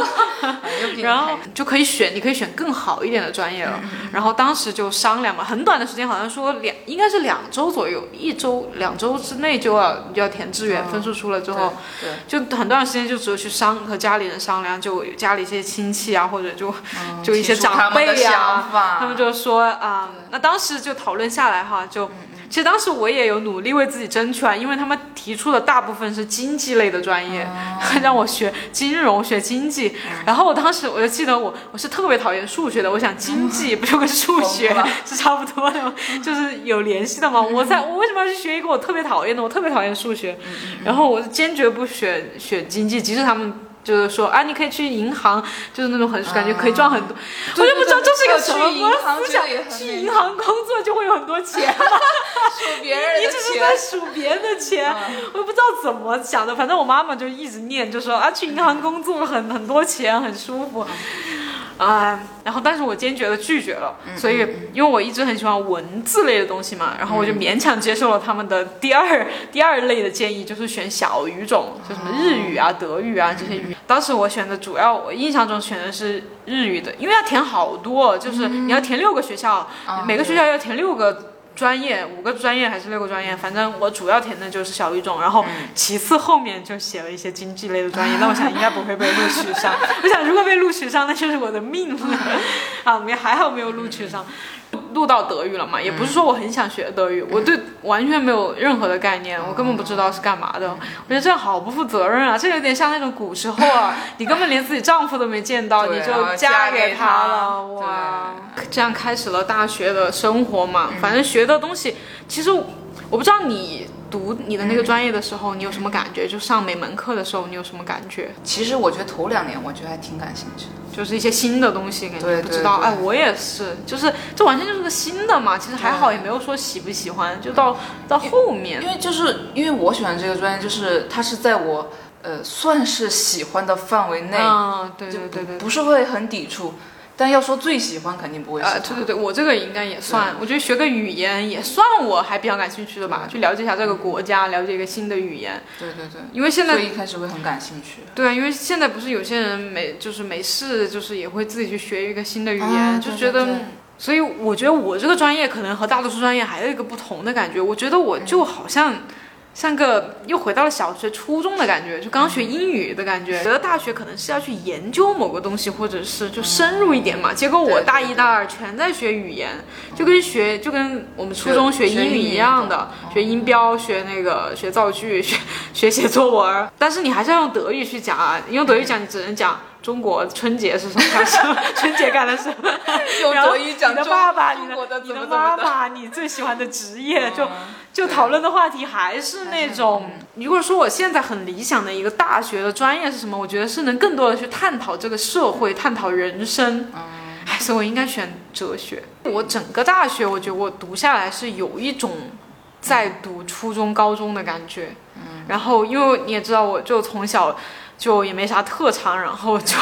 B: 哎又给你
A: 然后
B: 开
A: 就可以选，你可以选更好一点的专业了。然后当时就商量嘛，很短的时间，好像说两，应该是两周左右，一周两周之内就要就要填志愿，分数出了之后，
B: 对对
A: 就很短的时间就只有去商和家里人商量，就家里一些亲戚啊，或者就、
B: 嗯
A: 就一些
B: 提出他
A: 长
B: 们的
A: 辈呀、
B: 想法
A: 他们就说啊、那当时就讨论下来哈，
B: 嗯
A: 就其实当时我也有努力为自己争取啊，因为他们提出的大部分是经济类的专业，
B: 哦
A: 让我学金融、学经济。然后我当时我就记得我我是特别讨厌数学的，我想经 济不就跟数学
B: 疯了
A: 是差不多的吗？ 就是有联系的嘛。我在我为什么要去学一嗯个我特别讨厌的？我特别讨厌数学，然后我坚决不学学经济，即使他们。就是说啊，你可以去银行，就是那种很感觉可以赚很多。
B: 对
A: 啊我就不知道这是一个什
B: 去银
A: 么
B: 行
A: 思
B: 觉
A: 想
B: 得也，很
A: 去
B: 美
A: 银行工作就会有很多钱，
B: 数别人
A: 你
B: 的
A: 只是
B: 钱啊
A: 在。数别人的钱，我也不知道怎么想的，反正我妈妈就一直念，就说啊，去银行工作很很多钱，很舒服。啊、然后但是我坚决的拒绝了，
B: 嗯
A: 所以因为我一直很喜欢文字类的东西嘛，然后我就勉强接受了他们的第二、第二类的建议，就是选小语种，就什么日语啊、德语啊这些
B: 嗯
A: 语。当时我选的主要，我印象中选的是日语的，因为要填好多，就是你要填六个学校，
B: 嗯啊
A: 每个学校要填六个。专业五个专业还是六个专业，反正我主要填的就是小语种，然后其次后面就写了一些经济类的专业，那我想应该不会被录取上。我想如果被录取上，那就是我的命了。啊，也还好没有录取上，录到德语了嘛，也不是说我很想学德语，我对完全没有任何的概念，我根本不知道是干嘛的。我觉得这样好不负责任啊，这有点像那种古时候啊， 你根本连自己丈夫都没见到，
B: 对
A: 你
B: 然
A: 就
B: 后
A: 嫁
B: 嫁
A: 给
B: 给
A: 他
B: 他
A: 了，
B: 对
A: 哇！这样开始了大学的生活嘛，反正学的东西，其实我不知道你读你的那个专业的时候，你有什么感觉？就上每门课的时候，你有什么感觉？
B: 其实我觉得头两年我觉得还挺感兴趣的。
A: 就是一些新的东西，感觉
B: 对
A: 不
B: 对
A: 知道。
B: 对
A: 哎，我也是，就是这完全就是个新的嘛。其实还好，也没有说喜不喜欢，就到到后面
B: 因为就是因为我喜欢这个专业，就是它是在我呃算是喜欢的范围内，
A: 嗯，对
B: 就
A: 对对对。
B: 不是会很抵触。但要说最喜欢，肯定不会是
A: 啊，
B: 它。
A: 对对对，我这个应该也算，我觉得学个语言也算我还比较感兴趣的吧，去了解一下这个国家，了解一个新的语言，
B: 对对对，
A: 因为现在
B: 所以一开始会很感兴趣。
A: 对啊，因为现在不是有些人没就是没事，就是也会自己去学一个新的语言，
B: 啊
A: 就
B: 对
A: 觉得。
B: 对对
A: 所以我觉得我这个专业可能和大多数专业还有一个不同的感觉，我觉得我就好像像个又回到了小学、初中的感觉，就刚学英语的感觉。觉得大学可能是要去研究某个东西，或者是就深入一点嘛。结果我
B: 嗯对对
A: 大一、大二全在学语言，就跟学就跟我们初中学
B: 学
A: 英语
B: 英语
A: 一样的，
B: 嗯
A: 学音标、学那个学造句、 学学写作文儿，但是你还是要用德语去讲啊，用德语讲你只能讲中国春节 是什么干什么，春节干了什么，
B: 用
A: 然后
B: 德语讲
A: 你的
B: 中
A: 爸爸、你
B: 中国的嗯
A: 你
B: 怎么
A: 的
B: 怎么
A: 妈
B: 的
A: 妈、你最喜欢的职 业，就就
B: 对
A: 讨论的话题还是那种。如果说我现在很理想的一个大学的专业是什么，我觉得是能更多的去探讨这个社会、探讨人生。哎，所以我应该选哲学。我整个大学，我觉得我读下来是有一种在读初中、高中的感觉。然后因为你也知道，我就从小就也没啥特长，然后就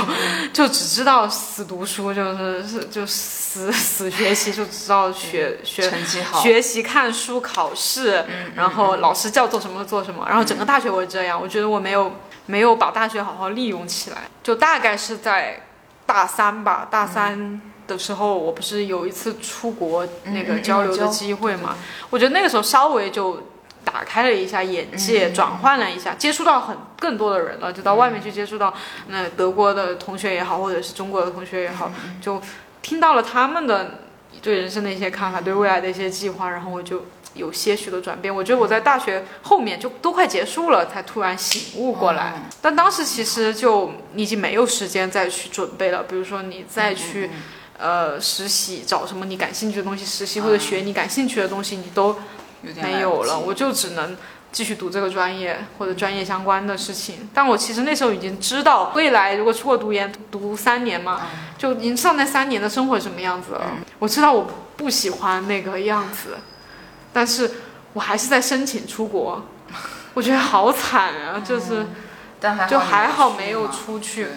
A: 就只知道死读书，就是是就死死学习，就知道学学
B: 成绩好，
A: 学习、看书、考试，
B: 嗯
A: 然后老师叫做什么就做什么。然后整个大学我是这样，我觉得我没有没有把大学好好利用起来，就大概是在大三吧，
B: 嗯
A: 大三。的时候，我不是有一次出国那个
B: 嗯嗯
A: 交流的
B: 交
A: 机会嘛？我觉得那个时候稍微就打开了一下眼
B: 嗯
A: 界，转换了一下，接触到很更多的人了，就到
B: 嗯
A: 外面去接触到那德国的同学也好，或者是中国的同学也好，
B: 嗯
A: 就听到了他们的对人生的一些看法，对未来的一些计划，然后我就有些许的转变。我觉得我在大学后面就都快结束了，才突然醒悟过来。但当时其实就你已经没有时间再去准备了，比如说你再去。呃，实习找什么你感兴趣的东西实习，或者学你感兴趣的东西，你都
B: 有
A: 嗯
B: 点
A: 没有了，
B: 来不及
A: 我就只能继续读这个专业或者专业相关的事情。但我其实那时候已经知道，未来如果出国读研读三年嘛，
B: 嗯
A: 就已经知道那三年的生活是什么样子了。我知道我不喜欢那个样子，但是我还是在申请出国，我觉得好惨啊，
B: 嗯
A: 就是
B: 但还好
A: 就还好
B: 你
A: 没有
B: 嘛
A: 出去
B: 对。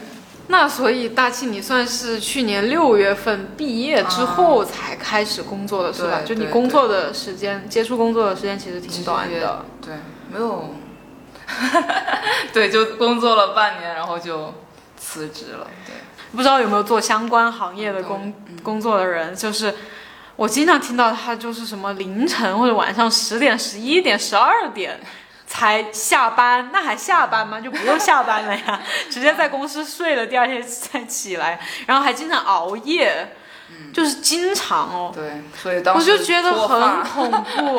A: 那所以大庆，你算是去年六月份毕业之后才开始工作的是吧？
B: 啊对
A: 就你
B: 对
A: 工作的时间，接触工作的时间其实
B: 其
A: 挺
B: 实
A: 短
B: 也
A: 的。
B: 对，没有， 对，就工作了半年，然后就辞职了。对，
A: 不知道有没有做相关行业的
B: 嗯
A: 工工作的人，就是我经常听到他就是什么凌晨或者晚上十点、十一点、十二点才下班，那还下班吗？就不用下班了 呀，直接在公司睡了，第二天再起来，然后还经常熬夜，就是经常哦。
B: 对，所以嗯当
A: 我
B: 时
A: 就觉得
B: 脱
A: 很
B: 发
A: 恐 怖，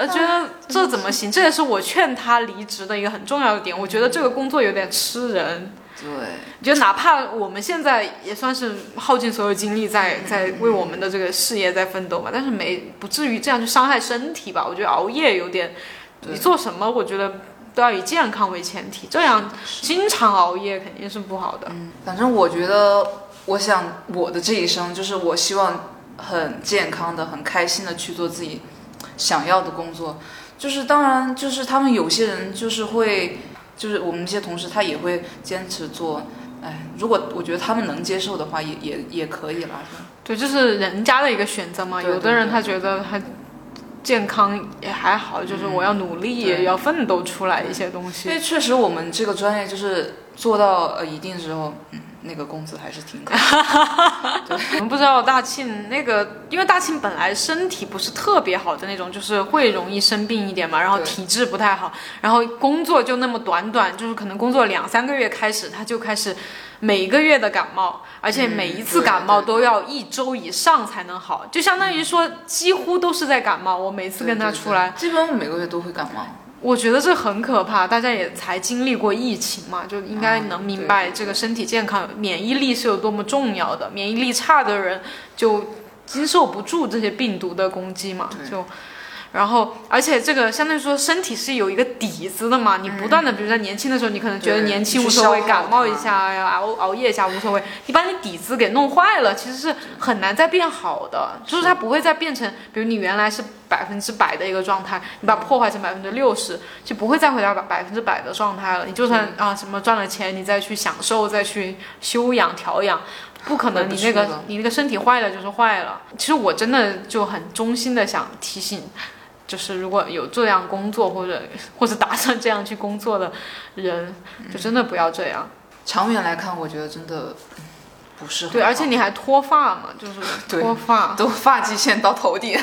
A: 我觉得这怎么行？这也是我劝他离职的一个很重要的点。我觉得这个工作有点吃人，
B: 对，
A: 觉得哪怕我们现在也算是耗尽所有精力在在为我们的这个事业在奋斗吧，但是没不至于这样去伤害身体吧？我觉得熬夜有点，你做什么我觉得都要以健康为前提，这样经常熬夜肯定是不好的。
B: 嗯，反正我觉得，我想我的这一生就是我希望很健康的、很开心的去做自己想要的工作。就是当然，就是他们有些人就是会，就是我们一些同事他也会坚持做。哎，如果我觉得他们能接受的话，也也也可以啦。
A: 对，就是人家的一个选择嘛。
B: 对对
A: 有的人他觉得他健康也还好，就是
B: 嗯
A: 我要努力，也要奋斗出来一些东
B: 因
A: 西。
B: 为确实我们这个专业就是做到呃一定之后，嗯，那个工资还是挺高的。
A: 我们不知道大庆那个，因为大庆本来身体不是特别好的那种，就是会容易生病一点嘛，然后
B: 对
A: 体质不太好，然后工作就那么短短，就是可能工作两三个月开始，他就开始每个月的感冒，而且每一次
B: 嗯对
A: 感冒
B: 对
A: 都要一周以上才能好，就相当于说几乎都是在感冒。我每次跟他
B: 对对
A: 出来。
B: 基本我每个月都会感冒。
A: 我觉得这很可怕，大家也才经历过疫情嘛，就应
B: 啊
A: 该能明白这个身体健康、免疫力是有多么重要的。免疫力差的人就经受不住这些病毒的攻击嘛，
B: 对
A: 就。然后，而且这个相当于说身体是有一个底子的嘛，你不断的，比如在年轻的时候，你可能觉得
B: 嗯对
A: 年轻
B: 你
A: 无
B: 去
A: 所谓，
B: 消耗
A: 感冒一
B: 它嗯
A: 下呀，熬熬夜一下无所谓，你把你底子给弄坏了，其实是很难再变好的，就是它不会再变成，比如你原来是百分之百的一个状态，你把它破坏成百分之六十，就不会再回到百百分之百的状态了。你就算啊什么赚了钱，你再去享受，再去休养调养，不可能
B: 回
A: 啊
B: 不
A: 你
B: 去
A: 那个
B: 了
A: 你那个身体坏了就是坏了。其实我真的就很衷心的想提醒，就是如果有这样工作或者或者打算这样去工作的人，就真的不要这样。
B: 长远来看，我觉得真的嗯不是很
A: 对，
B: 好
A: 而且你还脱发嘛，就是
B: 对
A: 脱发。
B: 都发际线到 头顶，
A: 啊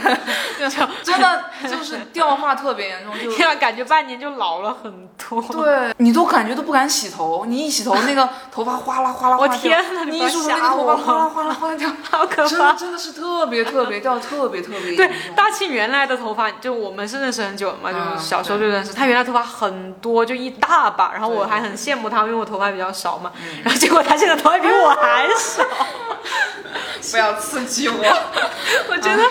B: 真的就是掉发特别严重， 就
A: 天啊，感觉半年就老了很多。
B: 对你都感觉都不敢洗头，你一洗头那个头发哗啦哗 啦
A: 我
B: 哗啦掉，
A: 天哪，啊
B: 你
A: 不要
B: 一梳头那
A: 吓
B: 个头
A: 我
B: 发，哗啦哗啦哗啦掉，
A: 好可
B: 真
A: 怕
B: 的。真的是特别特别掉，特别特别严
A: 对
B: 重，
A: 大庆原来的头发，就我们是认识很久嘛，就是
B: 嗯
A: 小时候就认识。他原来头发很多，就一大把，然后我
B: 对
A: 还很羡慕他，因为我头发比较少嘛。然后结果他现在头发比我还 少，
B: 不要刺激我。
A: 我觉得，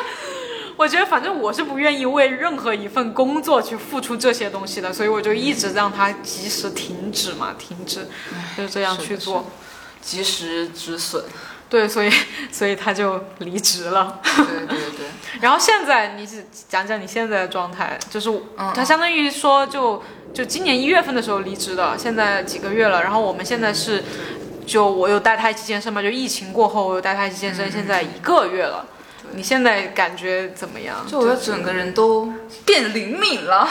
A: 我觉得反正我是不愿意为任何一份工作去付出这些东西的，所以我就一直让他及时停止嘛，停止，就是这样
B: 是的
A: 去
B: 是
A: 做。
B: 及时 止损，
A: 对，所以所以他就离职了。
B: 对对对，
A: 然后现在你是讲讲你现在的状态，就是
B: 嗯
A: 他相当于说就就今年一月份的时候离职的，现在几个月了。然后我们现在是就我有带他一起健身嘛，就疫情过后我有带他一起健身，现在一个月了。你现在感觉怎么样？
B: 就我觉得整个人都变灵敏了，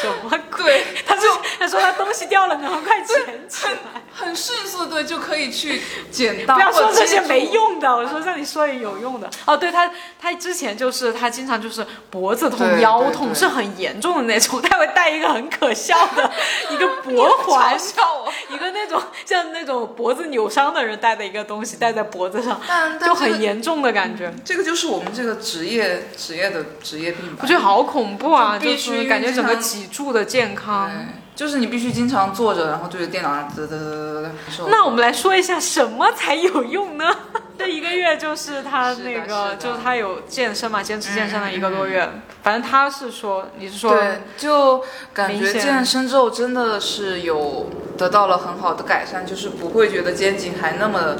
A: 什么鬼？
B: 对，
A: 他就他说他东西掉了，然后快 捡起来。
B: 很迅速对就可以去捡到。
A: 不要
B: 或
A: 说
B: 者
A: 这些
B: 接触
A: 没用的，我说让你说点有用的。哦，对他，他之前就是他经常就是脖子痛、
B: 对
A: 腰
B: 对
A: 痛
B: 对
A: 是很严重的那种，他会戴一个很可笑 的一个脖环
B: 嘲，笑我。
A: 一个那种像那种脖子扭伤的人戴的一个东西戴在脖子上，
B: 但但
A: 就
B: 这
A: 很
B: 个
A: 严重的感觉。
B: 这个就是我们这个职业职业的职业病吧
A: 我。觉得好恐怖啊！
B: 就
A: 就
B: 必须
A: 是
B: 因为
A: 感觉
B: 经
A: 整个
B: 常
A: 脊柱的健康。
B: 对，就是你必须经常坐着，然后对着电脑啊，嘚嘚嘚嘚嘚。
A: 那我们来说一下什么才有用呢？嗯 这一个月就是他
B: 是的
A: 那个，
B: 是的嗯
A: 就是他有健身嘛，坚持健身了一个多月。反正他是说，你是说，
B: 对，就感
A: 明
B: 觉
A: 显
B: 健身之后真的是有得到了很好的改善，就是不会觉得肩颈还那么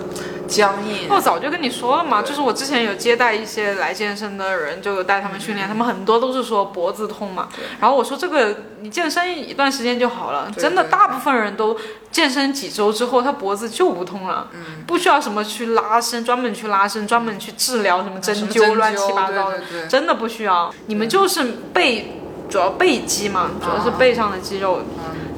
B: 僵硬。
A: 我早就跟你说了嘛，
B: 对
A: 就是我之前有接待一些来健身的人，就有带他们训练，他们很多都是说脖子痛嘛
B: 嗯对。
A: 然后我说这个你健身一段时间就好了，
B: 对
A: 真的
B: 对
A: 大部分人都健身几周之后，他脖子就不痛了，
B: 嗯
A: 不需要什么去拉伸，专门去拉伸，专门去治疗什么针
B: 啊什么
A: 灸乱七八糟的。
B: 对对对
A: 真的不需要，你们就是背，主要背肌嘛，主要是背上的肌肉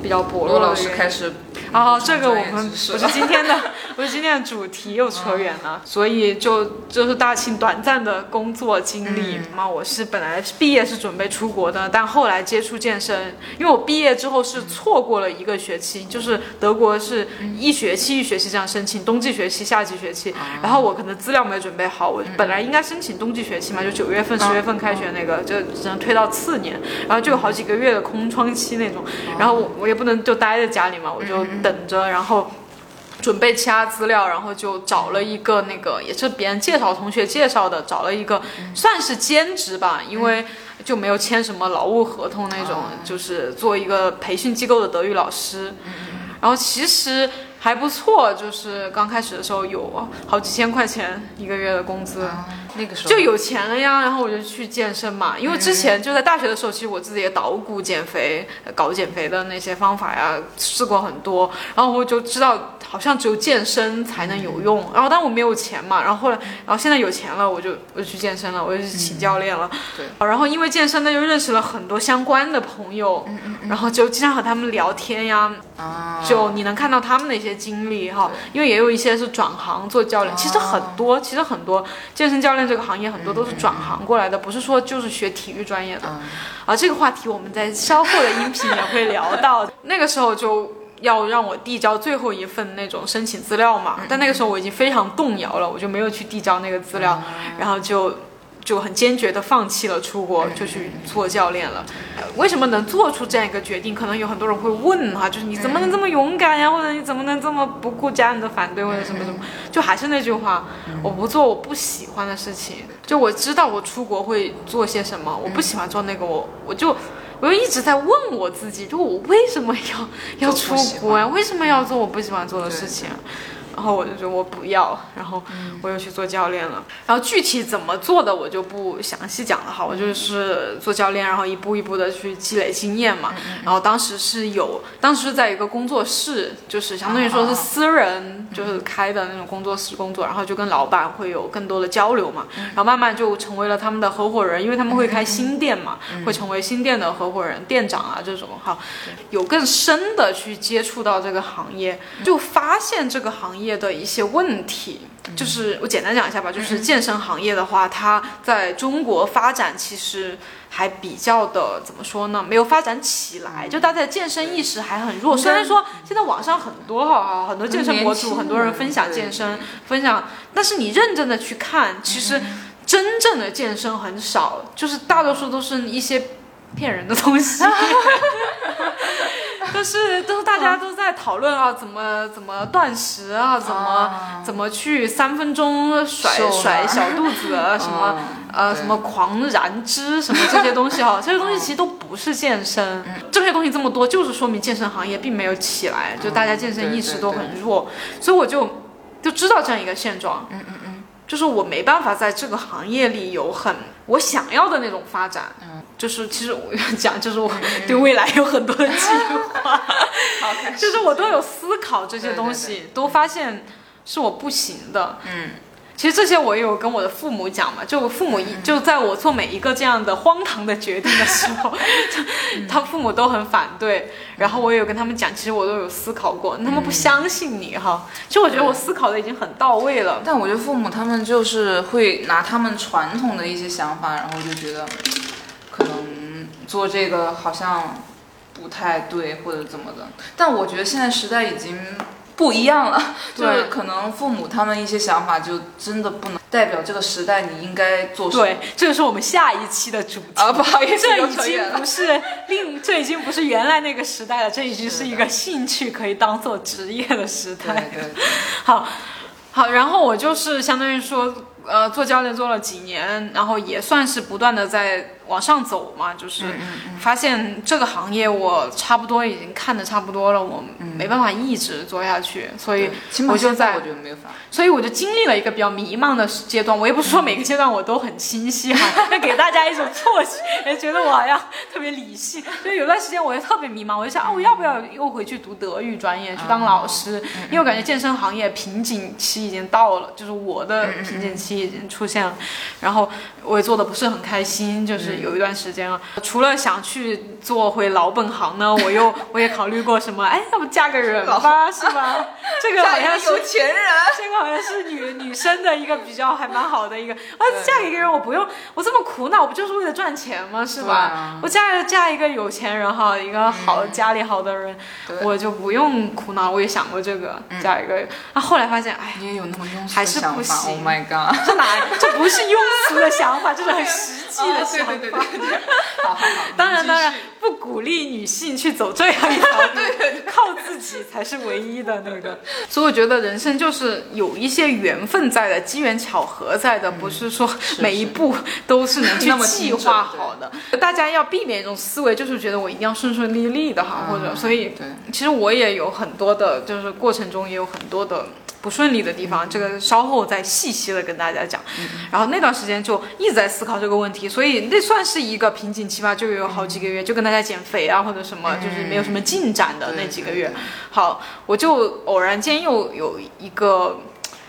A: 比较薄弱
B: 罗老
A: 的
B: 师
A: 原因。
B: 开始
A: 啊，这个我
B: 专
A: 们
B: 业
A: 不
B: 知识嗯
A: 是今天的， 不是今天的主题，又扯远了，所以就就是大庆短暂的工作经历
B: 嗯
A: 嘛。我是本来毕业是准备出国的，但后来接触健身，因为我毕业之后
B: 嗯
A: 是错过了一个学期，就是德国是一学期一学期这样申请，冬季学期、夏季学期，
B: 哦
A: 然后我可能资料没准备好，
B: 嗯
A: 我本来应该申请冬季学期嘛，就九月份、十月份开学那个，就只能推到次年，然后就有好几个月的空窗期那种，然后我我也不能就待在家里嘛，我就等着，然后。准备其他资料，然后就找了一个那个，也是别人介绍同学介绍的，找了一个算是兼职吧，因为就没有签什么劳务合同那种，就是做一个培训机构的德语老师。然后其实还不错，就是刚开始的时候有好几千块钱一个月的工资。
B: 那个时候
A: 就有钱了呀，然后我就去健身嘛，因为之前就在大学的时候，其实我自己也捣鼓减肥、呃搞减肥的那些方法呀，试过很多，然后我就知道好像只有健身才能有用，然后但我没有钱嘛，然后后来，然后现在有钱了，我就我就去健身了，我就去请教练了，
B: 嗯对
A: 对，然后因为健身呢，又认识了很多相关的朋友，
B: 嗯
A: 然后就经常和他们聊天呀，
B: 啊，
A: 就你能看到他们的一些经历哈，因为也有一些是转行做教练，其实很多，其实很多健身教练这个行业很多都是转行过来的，不是说就是学体育专业的。啊，这个话题我们在稍后的音频也会聊到， 那个时候就。要让我递交最后一份那种申请资料嘛，但那个时候我已经非常动摇了，我就没有去递交那个资料，
B: 哦
A: 然后就就很坚决的放弃了出国，就去做教练了。为什么能做出这样一个决定？可能有很多人会问哈、就是你怎么能这么勇敢呀、或者你怎么能这么不顾家人的反对，或者什么什么？就还是那句话，
B: 嗯
A: 我不做我不喜欢的事情。就我知道我出国会做些什
B: 嗯
A: 么，我不喜欢做那个，我我就。我就一直在问我自己，就我为什么要要出
B: 做不喜欢
A: 国呀、为什么要做我不喜欢做的
B: 对
A: 事情？然后我就说我不要，然后我又去做教练了。然后具体怎么做的我就不详细讲了哈，我就是做教练，然后一步一步的去积累经验嘛。然后当时是有，当时是在一个工作室，就是相当于说是私人就是开的那种工作室工作，然后就跟老板会有更多的交流嘛。然后慢慢就成为了他们的合伙人，因为他们会开新店嘛，会成为新店的合伙人、店长啊这种哈。有更深的去接触到这个行业，就发现这个行业的一些问题。
B: 嗯
A: 就是我简单讲一下吧，就是健身行业的话，它在中国发展其实还比较的怎么说呢？没有发展起
B: 嗯
A: 来，就大家的健身意识还很弱。虽然说现在网上很多哈，很多健身博主，
B: 很年轻
A: 很多人分享
B: 对嗯
A: 健身，分享，但是你认真的去看，其实真正的健身很少，就是大多数都是一些骗人的东西。 都是都是大家都在讨论啊，怎么怎么断食啊，怎么
B: 啊
A: 怎么去三分钟甩
B: 瘦了
A: 甩小肚子啊，什么呃
B: 对
A: 什么狂燃脂什么这些东西 哈，这些东西其实都不是健身，这些东西这么多，就是说明健身行业并没有起来，就大家健身意识都很弱，所以我就就知道这样一个现状，嗯嗯嗯，就是我没办法在这个行业里有很我想要的那种发展，嗯，就是其实我 讲就是我对未来有很多的计划，
B: 好开
A: 就是我都有思考这些东西，都发现是我不行的。嗯，其实这些我也有跟我的父母讲嘛，就我父母一、
B: 嗯
A: 就在我做每一个这样的荒唐的决定的时候， 就他父母都很反
B: 嗯
A: 对。然后我也有跟他们讲，其实我都有思考过，他们不相信你哈。其实我觉得我思考的已经很到位了。
B: 但我觉得父母他们就是会拿他们传统的一些想法，然后就觉得可能做这个好像不太对或者怎么的。但我觉得现在时代已经不一样了，就
A: 对
B: 是可能父母他们一些想法就真的不能代表这个时代你应该做什么。
A: 对，这就是我们下一期的主题。
B: 嗯啊，不好意思，
A: 这
B: 又
A: 已
B: 扯
A: 经
B: 远了
A: 不是另，这已经不是原来那个时代了，这已经是一个兴趣可以当做职业的时代
B: 对
A: 了。
B: 对
A: 好，好，然后我就是相当于说，呃，做教练做了几年，然后也算是不断的在往上走嘛，
B: 嗯
A: 就是发现这个行业我差不多已经看的差不多了，我没办法一直做下去，所以
B: 嗯对，起码
A: 我就
B: 现在
A: 在
B: 我觉得没有法。
A: 所以我就经历了一个比较迷茫的阶段，我也不是说每个阶段我都很清晰哈，那给大家一种错觉，哎觉得我好像特别理性。就有段时间我就特别迷茫，我就想啊，我要不要又回去读德语专业去当老师？因为我感觉健身行业瓶颈期已经到了，就是我的瓶颈期已经出现了。然后我也做的不是很开心，就是有一段时间啊，除了想去做回老本行呢，我又我也考虑过什么，哎，要不嫁个人吧，是吧？这个好像是
B: 有钱人，
A: 这个好像是女女生的一个比较还蛮好 的一个，啊，嫁给一个人我不用我这么苦恼，我不就是为了赚钱吗？是吧？
B: 对啊
A: 我嫁嫁一个有钱人哈，一个好、家里好的人，
B: 对嗯
A: 我就不用苦恼。我也想过这个，嫁一个人，啊，后来发现，哎，
B: 你也有那么庸俗
A: 还
B: 的
A: 是
B: 想
A: 不
B: 法
A: 行
B: ？Oh my god！
A: 这哪这不是庸俗的想法，这是很实际 的想法。
B: 哦对对对对对，好好好，
A: 当然，
B: 你继续
A: 当然，不鼓励女性去走这样一条路，靠自己才是唯一的那个。所以我觉得人生就是有一些缘分在的，机缘巧合在的，不是说每一步都是能去
B: 嗯那么
A: 计
B: 精准
A: 划好的。大家要避免一种思维，就是觉得我一定要顺顺利利的
B: 嗯
A: 哈，或者所以
B: 对，
A: 其实我也有很多的，就是过程中也有很多的不顺利的地
B: 嗯
A: 方，这个稍后再细细的跟大家讲。然后那段时间就一直在思考这个问题，所以那算是一个瓶颈期吧，就有好几个
B: 嗯
A: 月，就跟大家减肥啊或者什么，就是没有什么进展的
B: 对
A: 那几个月。好，我就偶然间又有一个，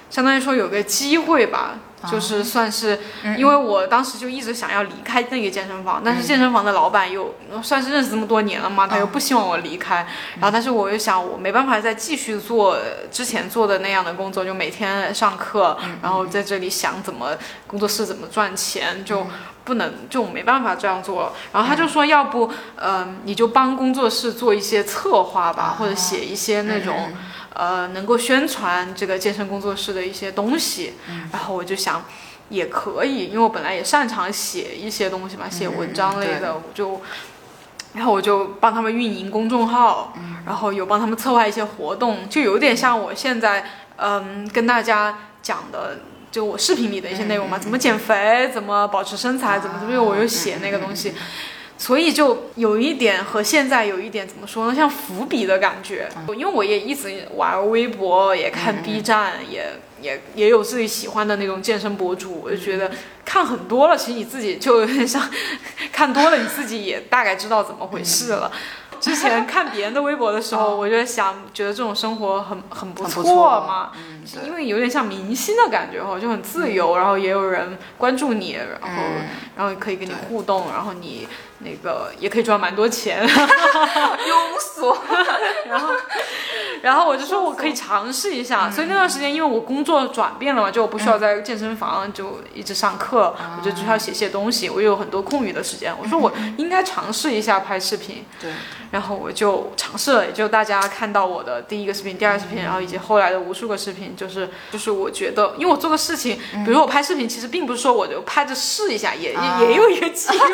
A: 相当于说有个机会吧。
B: 啊
A: 就是算是，
B: 嗯
A: 因为我当时就一直想要离开那个健身房，但是健身房的老板又算是认识这么多年了嘛，他
B: 啊
A: 又不希望我离开，然后但是我又想我没办法再继续做呃之前做的那样的工作，就每天上课，然后在这里想怎么工作室怎么赚钱，就不能就没办法这样做了。然后他就说，要不嗯、呃你就帮工作室做一些策划吧，或者写一些
B: 嗯
A: 那种。
B: 哎
A: 呃，能够宣传这个健身工作室的一些东西，然后我就想，也可以，因为我本来也擅长写一些东西嘛，写文章类的，我就，然后我就帮他们运营公众号，然后有帮他们策划一些活动，就有点像我现在嗯跟大家讲的。就我视频里的一些内容嘛，怎么减肥，怎么保持身材，怎么怎么，因为我又写那个东西，所以就有一点和现在有一点怎么说呢，像伏笔的感觉。
B: 嗯
A: 因为我也一直玩微博，也看 B 站，也也也有自己喜欢的那种健身博
B: 嗯
A: 主，我就觉得看很多了，其实你自己就有点像看多了，你自己也大概知道怎么回事了。
B: 嗯
A: 之前看别人的微博的时 候，我就想，觉得这种生活很很不
B: 很
A: 错
B: 不错
A: 嘛，
B: 嗯，
A: 是因为有点像明星的感觉哈，就很自由，然后也有人关注你，然后、
B: 嗯
A: 然后可以跟你互动，然后你那个也可以赚蛮多钱，
B: 庸俗，
A: 然后然后我就说我可以尝试一下，所以那段时间
B: 嗯
A: 因为我工作转变了嘛，就我不需要在健身房就一直上课，我就只
B: 啊
A: 需要写写东西，我又有很多空余的时间，我说我
B: 嗯
A: 应该尝试一下拍视频，
B: 对，
A: 然后我就尝试了，也就大家看到我的第一个视频、第二个视频，然后以及后来的无数个视频，就是就是我觉得，因为我做个事情，比如我拍视频，其实并不是说我就拍着试一下，也也、
B: 啊
A: 也有一个计划，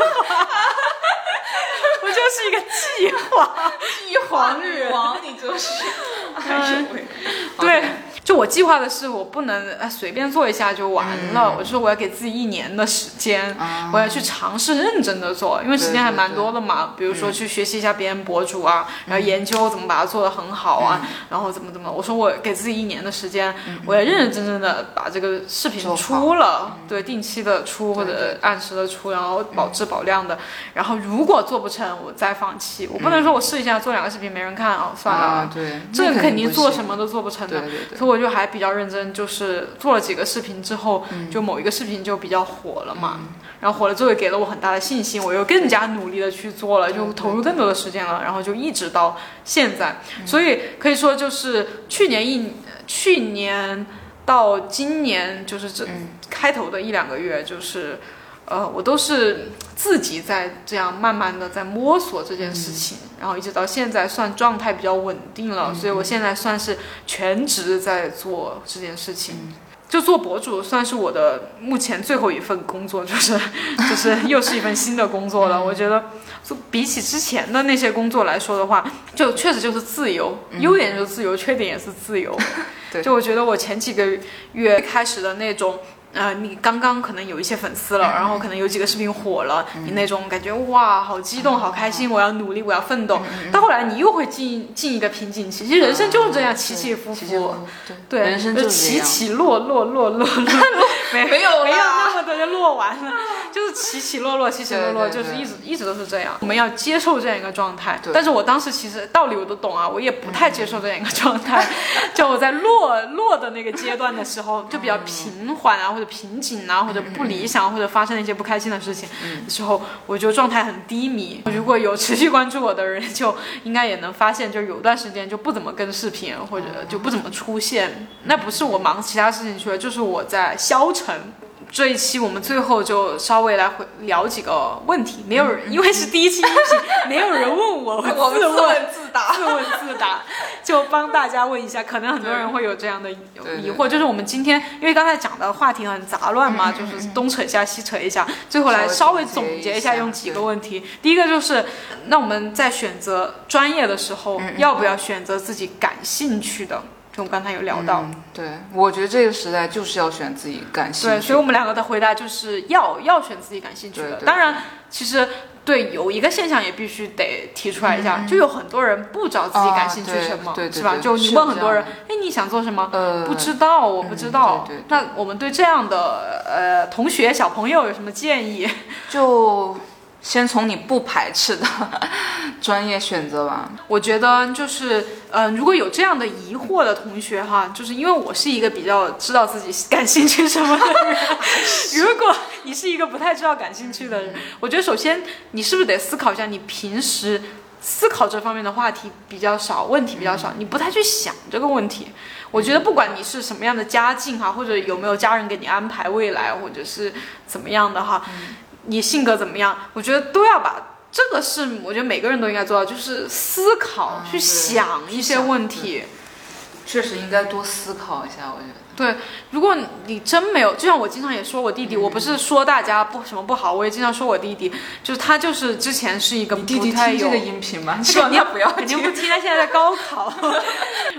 A: 我就是一个计划，
B: 一 皇女王，你就是，哎
A: 嗯
B: 呦喂，
A: 对。就我计划的是，我不能呃随便做一下就完
B: 嗯
A: 了。我就说我要给自己一年的时间，
B: 啊
A: 我要去尝试认真的做，因为时间还蛮多的
B: 嗯
A: 嘛。比如说去学习一下别人博主啊，然后研究怎么把它做得很好啊，
B: 嗯
A: 然后怎么怎么。我说我给自己一年的时间，我要认认真真的把这个视频
B: 做好嗯
A: 出了，对，定期的出或
B: 对
A: 者按时的出，然后保质保量的。然后如果做不成，我再放弃。我不
B: 嗯
A: 能说我试一下做两个视频没人看哦，算了
B: 啊，，对，
A: 这
B: 那
A: 肯定
B: 不
A: 做
B: 行
A: 什么都做不成
B: 对
A: 的。
B: 对对，
A: 所以我就还比较认真，就是做了几个视频之后，
B: 嗯
A: 就某一个视频就比较火了嘛。然后火了之后，也给了我很大的信心，我又更加努力的去做了，就投入更多的时间了，然后就一直到现在。所以可以说，就是去年一呃去年到今年，就是这开头的一两个月，就是呃，我都是自己在这样慢慢的在摸索这件事情，然后一直到现在算状态比较稳定了，所以我现在算是全职在做这件事情。就做博主算是我的目前最后一份工作，就是就是又是一份新的工作了。我觉得，就比起之前的那些工作来说的话，就确实就是自由，优点就是自由，缺点也是自由。
B: 嗯 对
A: 就我觉得我前几个月开始的那种。呃，你刚刚可能有一些粉丝了，
B: 嗯
A: 然后可能有几个视频火了，你那种感觉哇，好激动，好开心，
B: 嗯
A: 我要努力，我要奋斗。到后来你又会进进一个瓶颈期，其实人生就是这样起起伏
B: 起
A: 伏，
B: 嗯起伏伏，
A: 对，
B: 人生就是这
A: 起
B: 样
A: 起落落落落落，没
B: 没有
A: 没有
B: 啦
A: 那么多就落完了， 就是起起落落，起起落落，
B: 对对
A: 就是
B: 对
A: 一直一直都是这样。我们要接受这样一个状态
B: 对，
A: 但是我当时其实道理我都懂啊，我也不太接受这样一个状态。
B: 嗯
A: 就我在落落的那个阶段的时候，就比较平缓啊，或者瓶颈啊，或者
B: 嗯
A: 不理想，或者发生了一些不开心的事情的时候，我就状态很低迷。如果有持续关注我的人，就应该也能发现，就有段时间就不怎么更视频，或者就不怎么出现。那不是我忙其他事情去了，就是我在消沉。这一期我们最后就稍微来回聊几个问题，没有人，因为是第一期音频，没有人问嗯 我，
B: 我们
A: 自
B: 自
A: 问
B: 问自 答。
A: 自问自答，就帮大家问一下，可能很多人会有这样的疑
B: 对对
A: 疑惑，就是我们今天因为刚才讲的话题很杂乱嘛，就是东扯一下西扯一下，最后来嗯稍
B: 稍微
A: 微总
B: 总结
A: 结
B: 一
A: 一下，
B: 下
A: 用几个
B: 对
A: 问题。第一个就是，那我们在选择专业的时候，要不要选择自己感兴趣的？就我们刚才有聊到，
B: 嗯，对，我觉得这个时代就是要选自己感兴趣。
A: 对，所以我们两个的回答就是要要选自己感兴趣的。
B: 对对
A: 当然，其实对有一个现象也必须得提出来一下，就有很多人不知道自己感兴趣
B: 啊
A: 什么，
B: 对对对
A: 是吧？
B: 对
A: 就你
B: 是
A: 问
B: 这
A: 很多人
B: 样，
A: 哎，你想做什么？
B: 呃，
A: 不知道，我不知道。
B: 对对对
A: 那我嗯们对这样的呃同学小朋友有什么建议？
B: 就先从你不排斥的 专业选择吧。
A: 我觉得就是，呃，如果有这样的疑惑的同学哈，就是因为我是一个比较知道自己感兴趣什么的人， 如果你是一个不太知道感兴趣的人，我觉得首先你是不是得思考一下，你平时思考这方面的话题比较少，问题比较
B: 嗯
A: 少，你不太去想这个问题。我觉得不管你是什么样的家境哈，或者有没有家人给你安排未来，或者是怎么样的哈，
B: 嗯
A: 你性格怎么样，我觉得都要把。这个是我觉得每个人都应该做到，就是思考、
B: 啊
A: 去
B: 对
A: 想一些
B: 想
A: 问题。
B: 确实应该多思考一下，我觉得。
A: 对，如果你真没有，就像我经常也说我弟弟，我不是说大家不什么不好，我也经常说我弟弟，就是他就是之前是一个不太有。
B: 音频 吗？
A: 这个
B: 你不要
A: 肯定不听，他现在在高 考，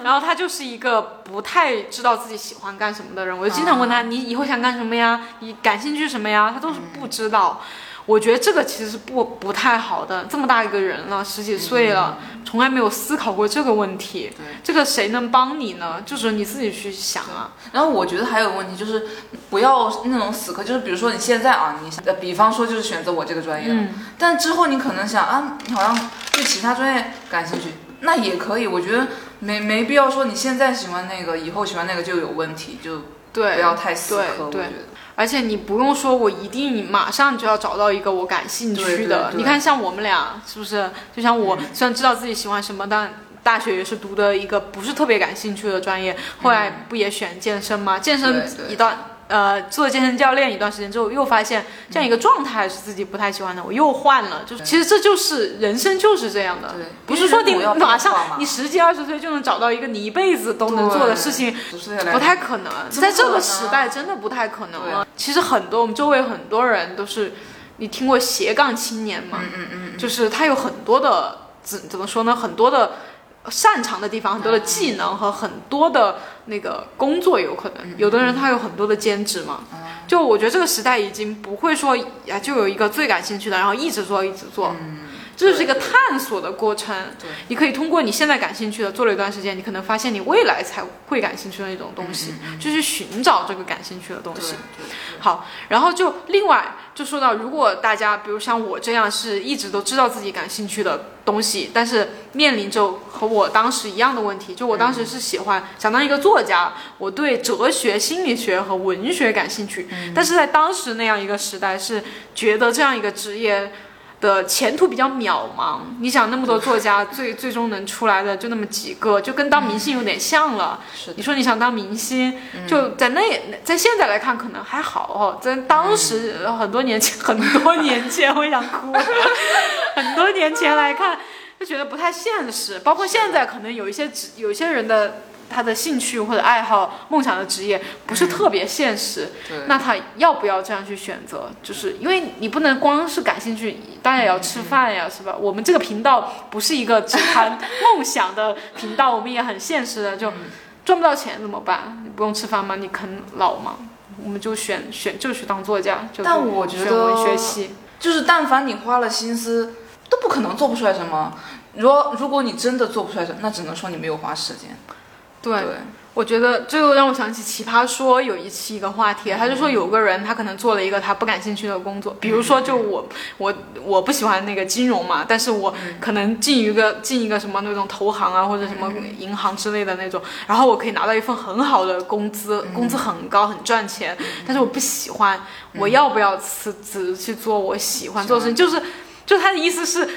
A: 然后他就是一个不太知道自己喜欢干什么的人。我就经常问他，你以后想干什么呀？你感兴趣什么呀？他都是不知道。我觉得这个其实是不不太好的，这么大一个人了，十几岁了，从来没有思考过这个问题。
B: 对
A: 这个谁能帮你呢？就是你自己去想啊。
B: 然后我觉得还有个问题就是，不要那种死磕，就是比如说你现在啊，你想，呃比方说就是选择我这个专业，
A: 嗯，
B: 但之后你可能想啊，你好像对其他专业感兴趣，那也可以。我觉得没没必要说你现在喜欢那个，以后喜欢那个就有问题，就
A: 对，
B: 不要太死
A: 对
B: 磕。我觉
A: 对
B: 得
A: 而且你不用说，我一定马上就要找到一个我感兴趣的。
B: 对对对嗯
A: 你看，像我们俩是不是？就像我，虽然知道自己喜欢什么，但大学也是读的一个不是特别感兴趣的专业，后来不也选健身吗？健身
B: 嗯对对
A: 一段。呃，做健身教练一段时间之后，又发现这
B: 嗯
A: 样一个状态是自己不太喜欢的，我又换了。就是其实这就是人生就是这样的
B: 对，
A: 不是说
B: 因为
A: 你
B: 我要
A: 马上
B: 变化嘛
A: 你十几二十岁就能找到一个你一辈子都能做的事情，，
B: 对十岁来
A: 不太可能，
B: 怎么
A: 在这
B: 可
A: 个
B: 能啊
A: 时代真的不太可能
B: 对
A: 了。其实很多我们周围很多人都是，你听过斜杠青年吗？嗯嗯嗯，就是他有很多的怎怎么说呢？很多的擅长的地方，很多的技能和很多的那个工作有可能。有的人他有很多的兼职嘛。就我觉得这个时代已经不会说啊，就有一个最感兴趣的，然后一直做一直做。这就是一个探索的过程。
B: 对
A: 你可以通过你现在感兴趣的做了一段时间，你可能发现你未来才会感兴趣的那种东
B: 嗯
A: 西，就是寻找这个感兴趣的东
B: 对
A: 西。
B: 对
A: 好，然后就另外就说到，如果大家比如像我这样是一直都知道自己感兴趣的东西，但是面临着和我当时一样的问题，就我
B: 嗯
A: 当时是喜欢、想当一个作家，我对哲学、心理学和文学感兴趣，
B: 嗯
A: 但是在当时那样一个时代，是觉得这样一个职业。的前途比较渺茫，你想那么多作家，最 最终能出来的就那么几个，就跟当明星有点像了。
B: 是的，嗯
A: 你说你想当明星，就在那在现在来看可能还好哦，在当时呃很多年前，很多年前我想哭， 很多年前来看就觉得不太现实，包括现在可能有一些职有一些人的。他的兴趣或者爱好、梦想的职业不是特别现实，
B: 对
A: 那他要不要这样去选择？就是因为你不能光是感兴趣，当然也要吃饭呀，是吧？我们这个频道不是一个只谈梦想的频道，我们也很现实的，就赚不到钱怎么办？你不用吃饭吗？你啃老吗？我们就选选就去当作家，就
B: 但我觉
A: 选文学
B: 得
A: 系，
B: 就是但凡你花了心思，都不可能做不出来什么。如果如果你真的做不出来什么，那只能说你没有花时间。
A: 对。我觉得这个让我想起《奇葩说》有一期一个话题，他就说有个人他可能做了一个他不感兴趣的工作，比如说就我我我不喜欢那个金融嘛，但是我可能进一个进一个什么那种投行啊或者什么银行之类的那种，然后我可以拿到一份很好的工资，工资很高很赚钱，但是我不喜欢，我要不要辞职去做我喜欢做的事情？就是就他的意思是。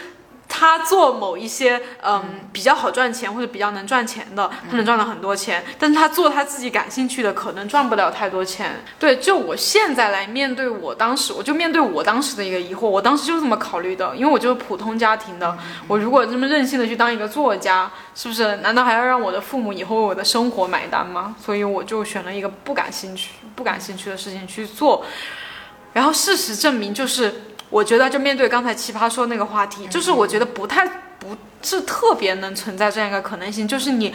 A: 他做某一些嗯比较好赚钱或者比较能赚钱的，他能赚到很多钱，但是他做他自己感兴趣的，可能赚不了太多钱。对，就我现在来面对我当时，我就面对我当时的一个疑惑，我当时就是这么考虑的，因为我就是普通家庭的，我如果这么任性的去当一个作家，是不是？难道还要让我的父母以后为我的生活买单吗？所以我就选了一个不感兴趣、不感兴趣的事情去做。然后事实证明，就是我觉得就面对刚才奇葩说那个话题，就是我觉得不太不是特别能存在这样一个可能性，就是你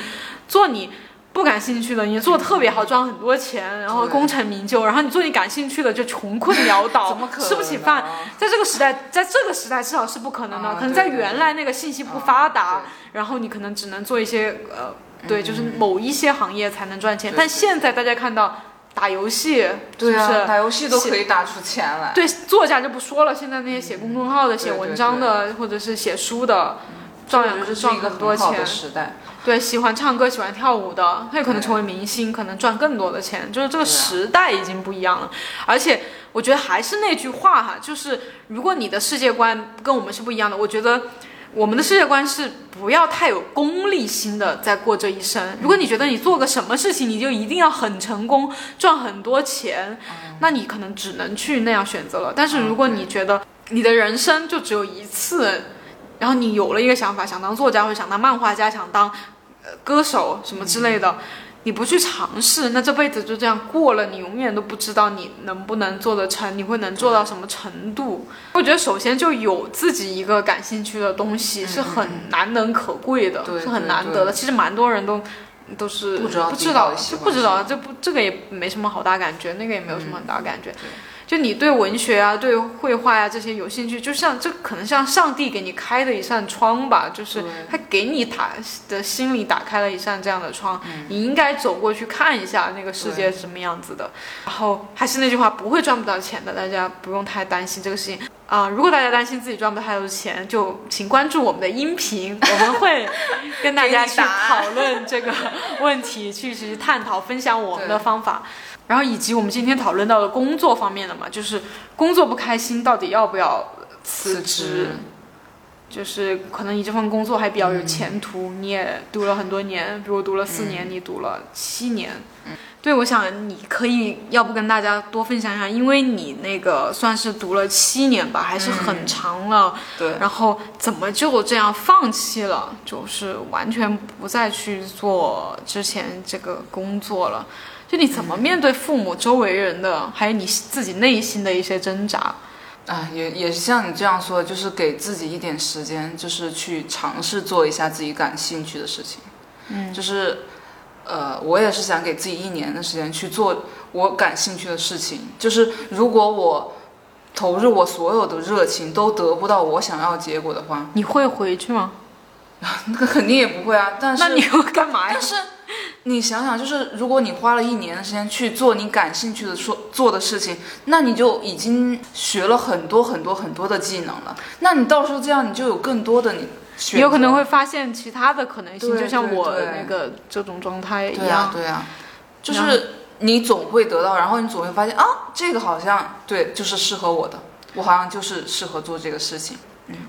A: 做你。不感兴趣的，你做得特别好，赚很多钱，然后功成名就；然后你做你感兴趣的，就穷困潦倒
B: 怎么，可能？
A: 吃不起饭，，在这个时代，在这个时代至少是不可能的。
B: 啊
A: 可能
B: 对
A: 在
B: 对啊
A: 原
B: 对
A: 来那个信息不发达，然后你可能只能做一些呃，对，就是某一些行业才能赚钱。
B: 嗯对
A: 但
B: 对
A: 现在大家看到打游戏，
B: 对
A: 是不
B: 啊，
A: 是？
B: 打游戏都可以打出钱来。
A: 对，作家就不说了，现在那些写公众号的、写
B: 嗯对对
A: 文章的，或者是写书的，照样
B: 我觉
A: 可
B: 得
A: 以
B: 这
A: 赚
B: 是一个
A: 多
B: 很好
A: 钱
B: 的。时代。
A: 对，喜欢唱歌、喜欢跳舞的，他有可能
B: 对
A: 成为明星，可能赚更多的钱。就是这个
B: 对啊
A: 时代已经不一样了，而且我觉得还是那句话哈，就是如果你的世界观跟我们是不一样的，我觉得。我们的世界观是不要太有功利心的，在过这一生。如果你觉得你做个什么事情，你就一定要很成功，赚很多钱，
B: 嗯
A: 那你可能只能去那样选择了。但是如果你觉得你的人生就只有一次，然后你有了一个想法，想当作家或者想当漫画家，想当呃歌手什么之类的，你不去尝试，那这辈子就这样过了，你永远都不知道你能不能做得成，你会能做到什么程度。我觉得首先就有自己一个感兴趣的东西是很难能可贵的，
B: 对
A: 是很
B: 对
A: 难得的。其实蛮多人都。都是
B: 不知道
A: 不
B: 自己
A: 知
B: 到
A: 道
B: 底喜
A: 就
B: 欢
A: 不知
B: 什
A: 道，
B: 么
A: 这不这个也没什么好大感觉，那个也没有什么很大感觉。就你对文学啊、对绘画呀、这些有兴趣，就像这可能像上帝给你开的一扇窗吧，就是
B: 对
A: 他给你打的心里打开了一扇这样的窗，你应该走过去看一下那个世界是什么样子的。然后还是那句话，不会赚不到钱的，大家不用太担心这个事情啊、如果大家担心自己赚不太多钱，就请关注我们的音频，我们会跟大家
B: 给你
A: 去
B: 答案
A: 讨论这个问题，去去探讨、分享我们的
B: 对
A: 方法。然后以及我们今天讨论到的工作方面的嘛，就是工作不开心到底要不要辞
B: 辞职，
A: 就是可能你这份工作还比较有前途，
B: 嗯
A: 你也读了很多年，比如读了四年，你读了七年。
B: 嗯
A: 对，我想你可以要不跟大家多分享一下，因为你那个算是读了七年吧，还是很长了。
B: 嗯对，
A: 然后怎么就这样放弃了，就是完全不再去做之前这个工作了？就你怎么面对父母、周围人的，还有你自己内心的一些挣扎？
B: 啊，也也是像你这样说的，就是给自己一点时间，就是去尝试做一下自己感兴趣的事情。嗯，就是，呃，我也是想给自己一年的时间去做我感兴趣的事情。就是如果我投入我所有的热情都得不到我想要的结果的话，
A: 你会回去吗？
B: 那个肯定也不会啊。但是
A: 那你又干嘛呀
B: 但？是你想想，就是如果你花了一年的时间去做你感兴趣的说做的事情，那你就已经学了很多很多很多的技能了。那你到时候这样，你就有更多的你选择。
A: 你有可能会发现其他的可能性，
B: 对
A: 就像
B: 对
A: 我
B: 对
A: 那个这种状态一
B: 对呀、
A: 样。
B: 对呀、就
A: 然后
B: 是你总会得到，然后你总会发现啊，这个好像对，就是适合我的，我好像就是适合做这个事情。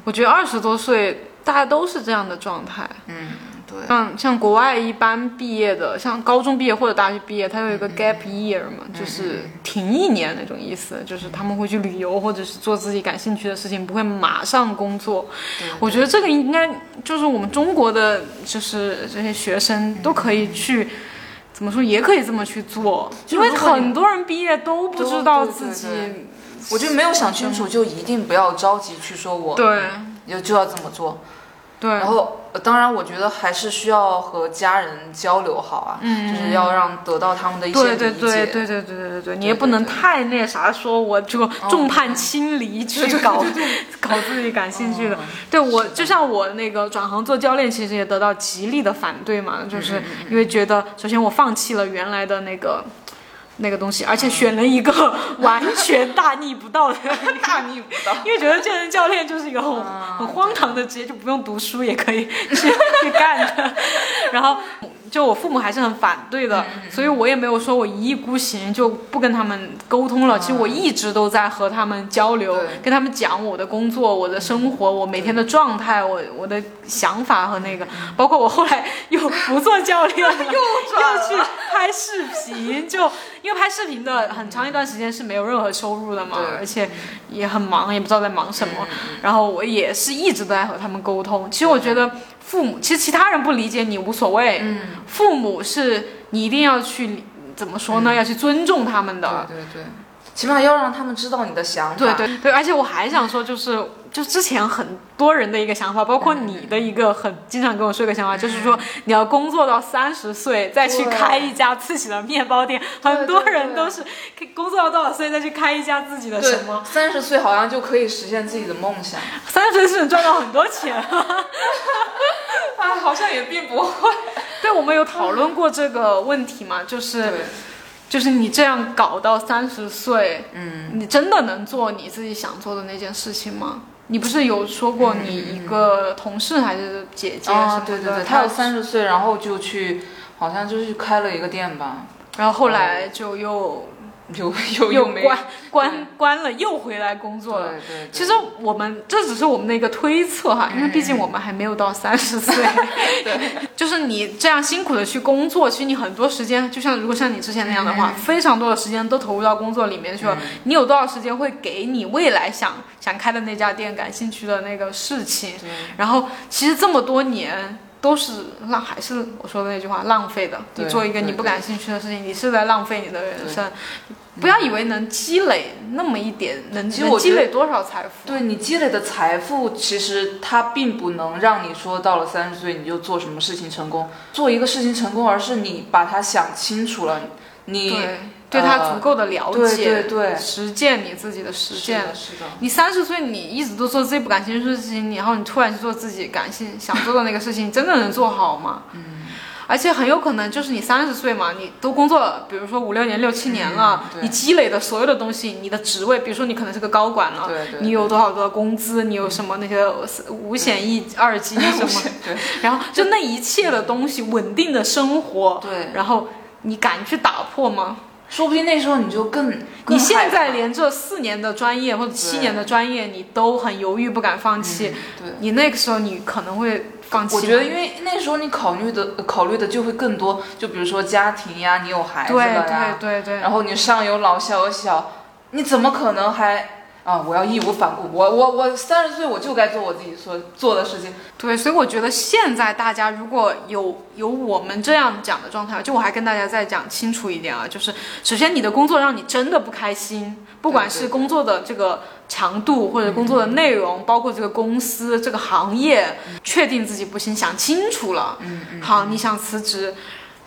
A: 我觉得二十多岁大家都是这样的状态。
B: 嗯对，
A: 像像国外一般毕业的，像高中毕业或者大学毕业，它有一个
B: 嗯
A: gap year 嘛，就是停一年那种意思，就是他们会去旅游或者是做自己感兴趣的事情，不会马上工作。我觉得这个应该就是我们中国的，就是这些学生都可以去。怎么说也可以这么去做，
B: 就
A: 因为
B: 如果你
A: 很多人毕业都不
B: 都
A: 知道
B: 对对
A: 自己
B: 对我就没有想清楚，就一定不要着急去说我
A: 对
B: 就就要这么做。
A: 对
B: 然后，呃当然，我觉得还是需要和家人交流好啊，就是要让得到他们的一些
A: 嗯对
B: 理解。
A: 对对对 对对对对对，你也不能
B: 对哦对
A: 太那啥，说我就众叛亲离去搞 搞自己感兴趣
B: 哦
A: 的。对我就像我那个转行做教练，其实也得到
B: 嗯
A: 极力的反对嘛，就是因为觉得首先我放弃了原来的那个。那个东西，
B: 哦
A: 而且选了一个 完全大逆不道的，
B: 大逆不道。
A: 因为觉得健身教练就是一个很、很荒唐的职业，就不用读书也可以 去去干的。然后就我父母还是很反对的，所以我也没有说我一意孤行就不跟他们沟通了。其实我一直都在和他们交流
B: 对，
A: 跟他们讲我的工作、我的生活、我每天的状态、我我的想法和那个，包括我后来又不做教练了，
B: 转 了
A: 又去拍视频，就因为拍视频的很长一段时间是没有任何收入的嘛
B: 对，嗯
A: 而且也很忙，也不知道在忙什么。然后我也是一直都在和他们沟通。其实我觉得父母，其实其他人不理解你无所谓，
B: 嗯，
A: 父母是你一定要去怎么说呢？要去尊重他们的。
B: 嗯对对对，起码要让他们知道你的想法。
A: 对对对，而且我还想说，就是就之前很多人的一个想法，包括你的一个很经常跟我说一个想法，就是说你要工作到三十岁再去
B: 对
A: 开一家自己的面包店，很多
B: 对
A: 人都是工作到多少岁再去开一家自己的
B: 对
A: 什么，
B: 三十岁好像就可以实现自己的梦 想。
A: 三十岁是能赚到很多 钱。
B: 啊，好像也并不会。
A: 对，我们有讨论过这个问题嘛，就是
B: 对，
A: 就是你这样搞到三十岁，
B: 嗯，
A: 你真的能做你自己想做的那件事情吗？你不是有说过你一个同事还是姐姐什么
B: 啊
A: 的，，
B: 对对对，
A: 她
B: 他有三十岁，然后就去，好像就去开了一个店吧，
A: 然后后来就又
B: 有有
A: 又
B: 有哦没
A: 关关
B: 对
A: 关了，又回来工作了。
B: 对嗯对对，
A: 其实我们这只是我们的一个推测哈，因为毕竟我们还没有到三十 岁。对， 就是你这样辛苦的去工作，其实你很多时间，就像如果像你之前那样的
B: 嗯
A: 话，非常多的时间都投入到工作里面去了。你有多少时间会给你未来想想开的那家店感兴趣的那个事情？
B: 对
A: 然后其实这么多年都是浪，还是我说的那句话，浪费的。你
B: 对
A: 做一个
B: 对
A: 你不感兴趣的事情，你是在浪费你的人生。不要以为能积累那么一点，能
B: 嗯其实
A: 能
B: 我
A: 积
B: 觉得
A: 累多少财富？
B: 对你积累的财富，其实它并不能让你说到了三十岁你就做什么事情成功，做一个事情成功，而是你把它想清楚了，你呃
A: 对，对他足够的了
B: 对
A: 解，
B: 对对
A: 实践你自己的实践。
B: 是的，
A: 你三十岁，你一直都做自己不感兴趣的事情，然后你突然去做自己感兴想做的那个事情，你真的能做好吗？嗯。而且很有可能就是你三十岁嘛，你都工作了，比如说五六年、六七年了，
B: 嗯对
A: 你积累的所有的东西，你的职位，比如说你可能是个高管了，
B: 对对
A: 你有多少多少工资，你有什么那些五险一二金
B: 嗯
A: 什么，
B: 对
A: 然后就那一切的东西，稳定的生活，
B: 对，
A: 然后你敢去打破吗？
B: 说不定那时候你就更，更
A: 你现在
B: 害
A: 连这四年的专业或者七年的专业，你都很犹豫，不敢放弃。
B: 怕嗯对。
A: 你那个时候你可能会放弃吗。
B: 我觉得，因为那时候你考虑的考虑的就会更多，就比如说家庭呀，你有孩子了呀
A: 对，对对对，
B: 然后你上有老下有小，你怎么可能还啊？我要义无反顾，我我我三十岁我就该做我自己所做的事情。
A: 对，所以我觉得现在大家如果有有我们这样讲的状态，就我还跟大家再讲清楚一点啊，就是首先你的工作让你真的不开心，不管
B: 对嗯
A: 是
B: 对
A: 工作的这个强度或者工作的内容，包括这个公司这个行业，确定自己不行，想清楚了，
B: 嗯嗯，
A: 好，你想辞职，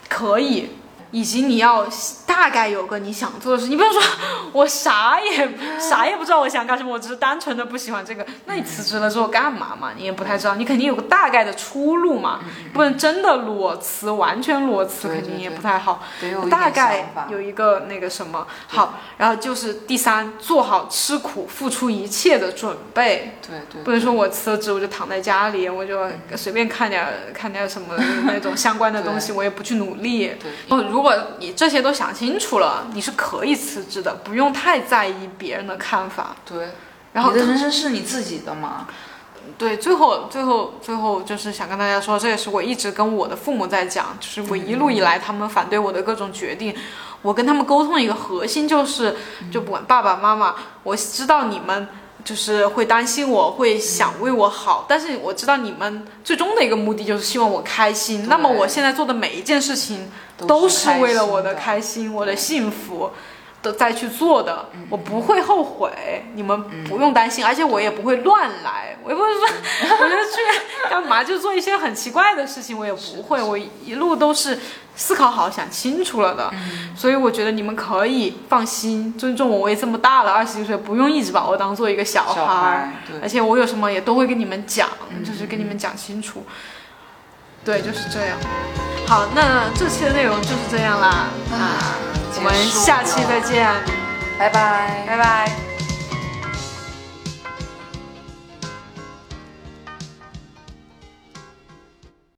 A: 可以，以及你要大概有个你想做的事，你不能说 我啥也不啥也不知道我想干什么，我只是单纯的不喜欢这个。那你辞职了之后干嘛嘛？你也不太知道，你肯定有个大概的出路嘛，不能真的裸辞，完全裸辞
B: 嗯对
A: 肯定
B: 对
A: 也
B: 对
A: 不太好。
B: 得有一
A: 大
B: 点
A: 概
B: 想法。
A: 有一个那个什么好，然后就是第三，做好吃苦、付出一切的准备。
B: 对对嗯
A: 不能说我辞了职我就躺在家里，我就随便看点儿看点儿什么那种相关的东 西，我也不去努力。
B: 对
A: 哦，如果你这些都想清楚了，你是可以辞职的，不用太在意别人的看法。
B: 对，
A: 然后
B: 你的人生是你自己的嘛？
A: 对，最后最后最后就是想跟大家说，这也是我一直跟我的父母在讲，就是我一路
B: 嗯
A: 以来他们反对我的各种决定，我跟他们沟通一个核心就是，
B: 嗯
A: 就不管爸爸妈妈，我知道你们。就是会担心我，
B: 嗯
A: 会想为我好，但是我知道你们最终的一个目的就是希望我开心。
B: 对
A: 那么我现在做的每一件事情
B: 都
A: 都是为了我的
B: 开
A: 开心、我的嗯幸福的再去做的，我不会后悔，你们不用担心，而且我也不会乱来，我也不会说 我就去干嘛，就做一些很奇怪的事情，我也不会，我一路都是思考好、想清楚了的，所以我觉得你们可以放心，尊重我，我也这么大了，二十几岁，不用一直把我当做一个小
B: 心的小
A: 孩儿，嗯
B: 对。
A: 而且我有什么也都会跟你们讲，就是跟你们讲清楚。对，就是这样。好，那这期的内容就是这样啦。啊，
B: 我
A: 结束了
B: 们下期再见，
A: 拜拜。
B: 拜拜。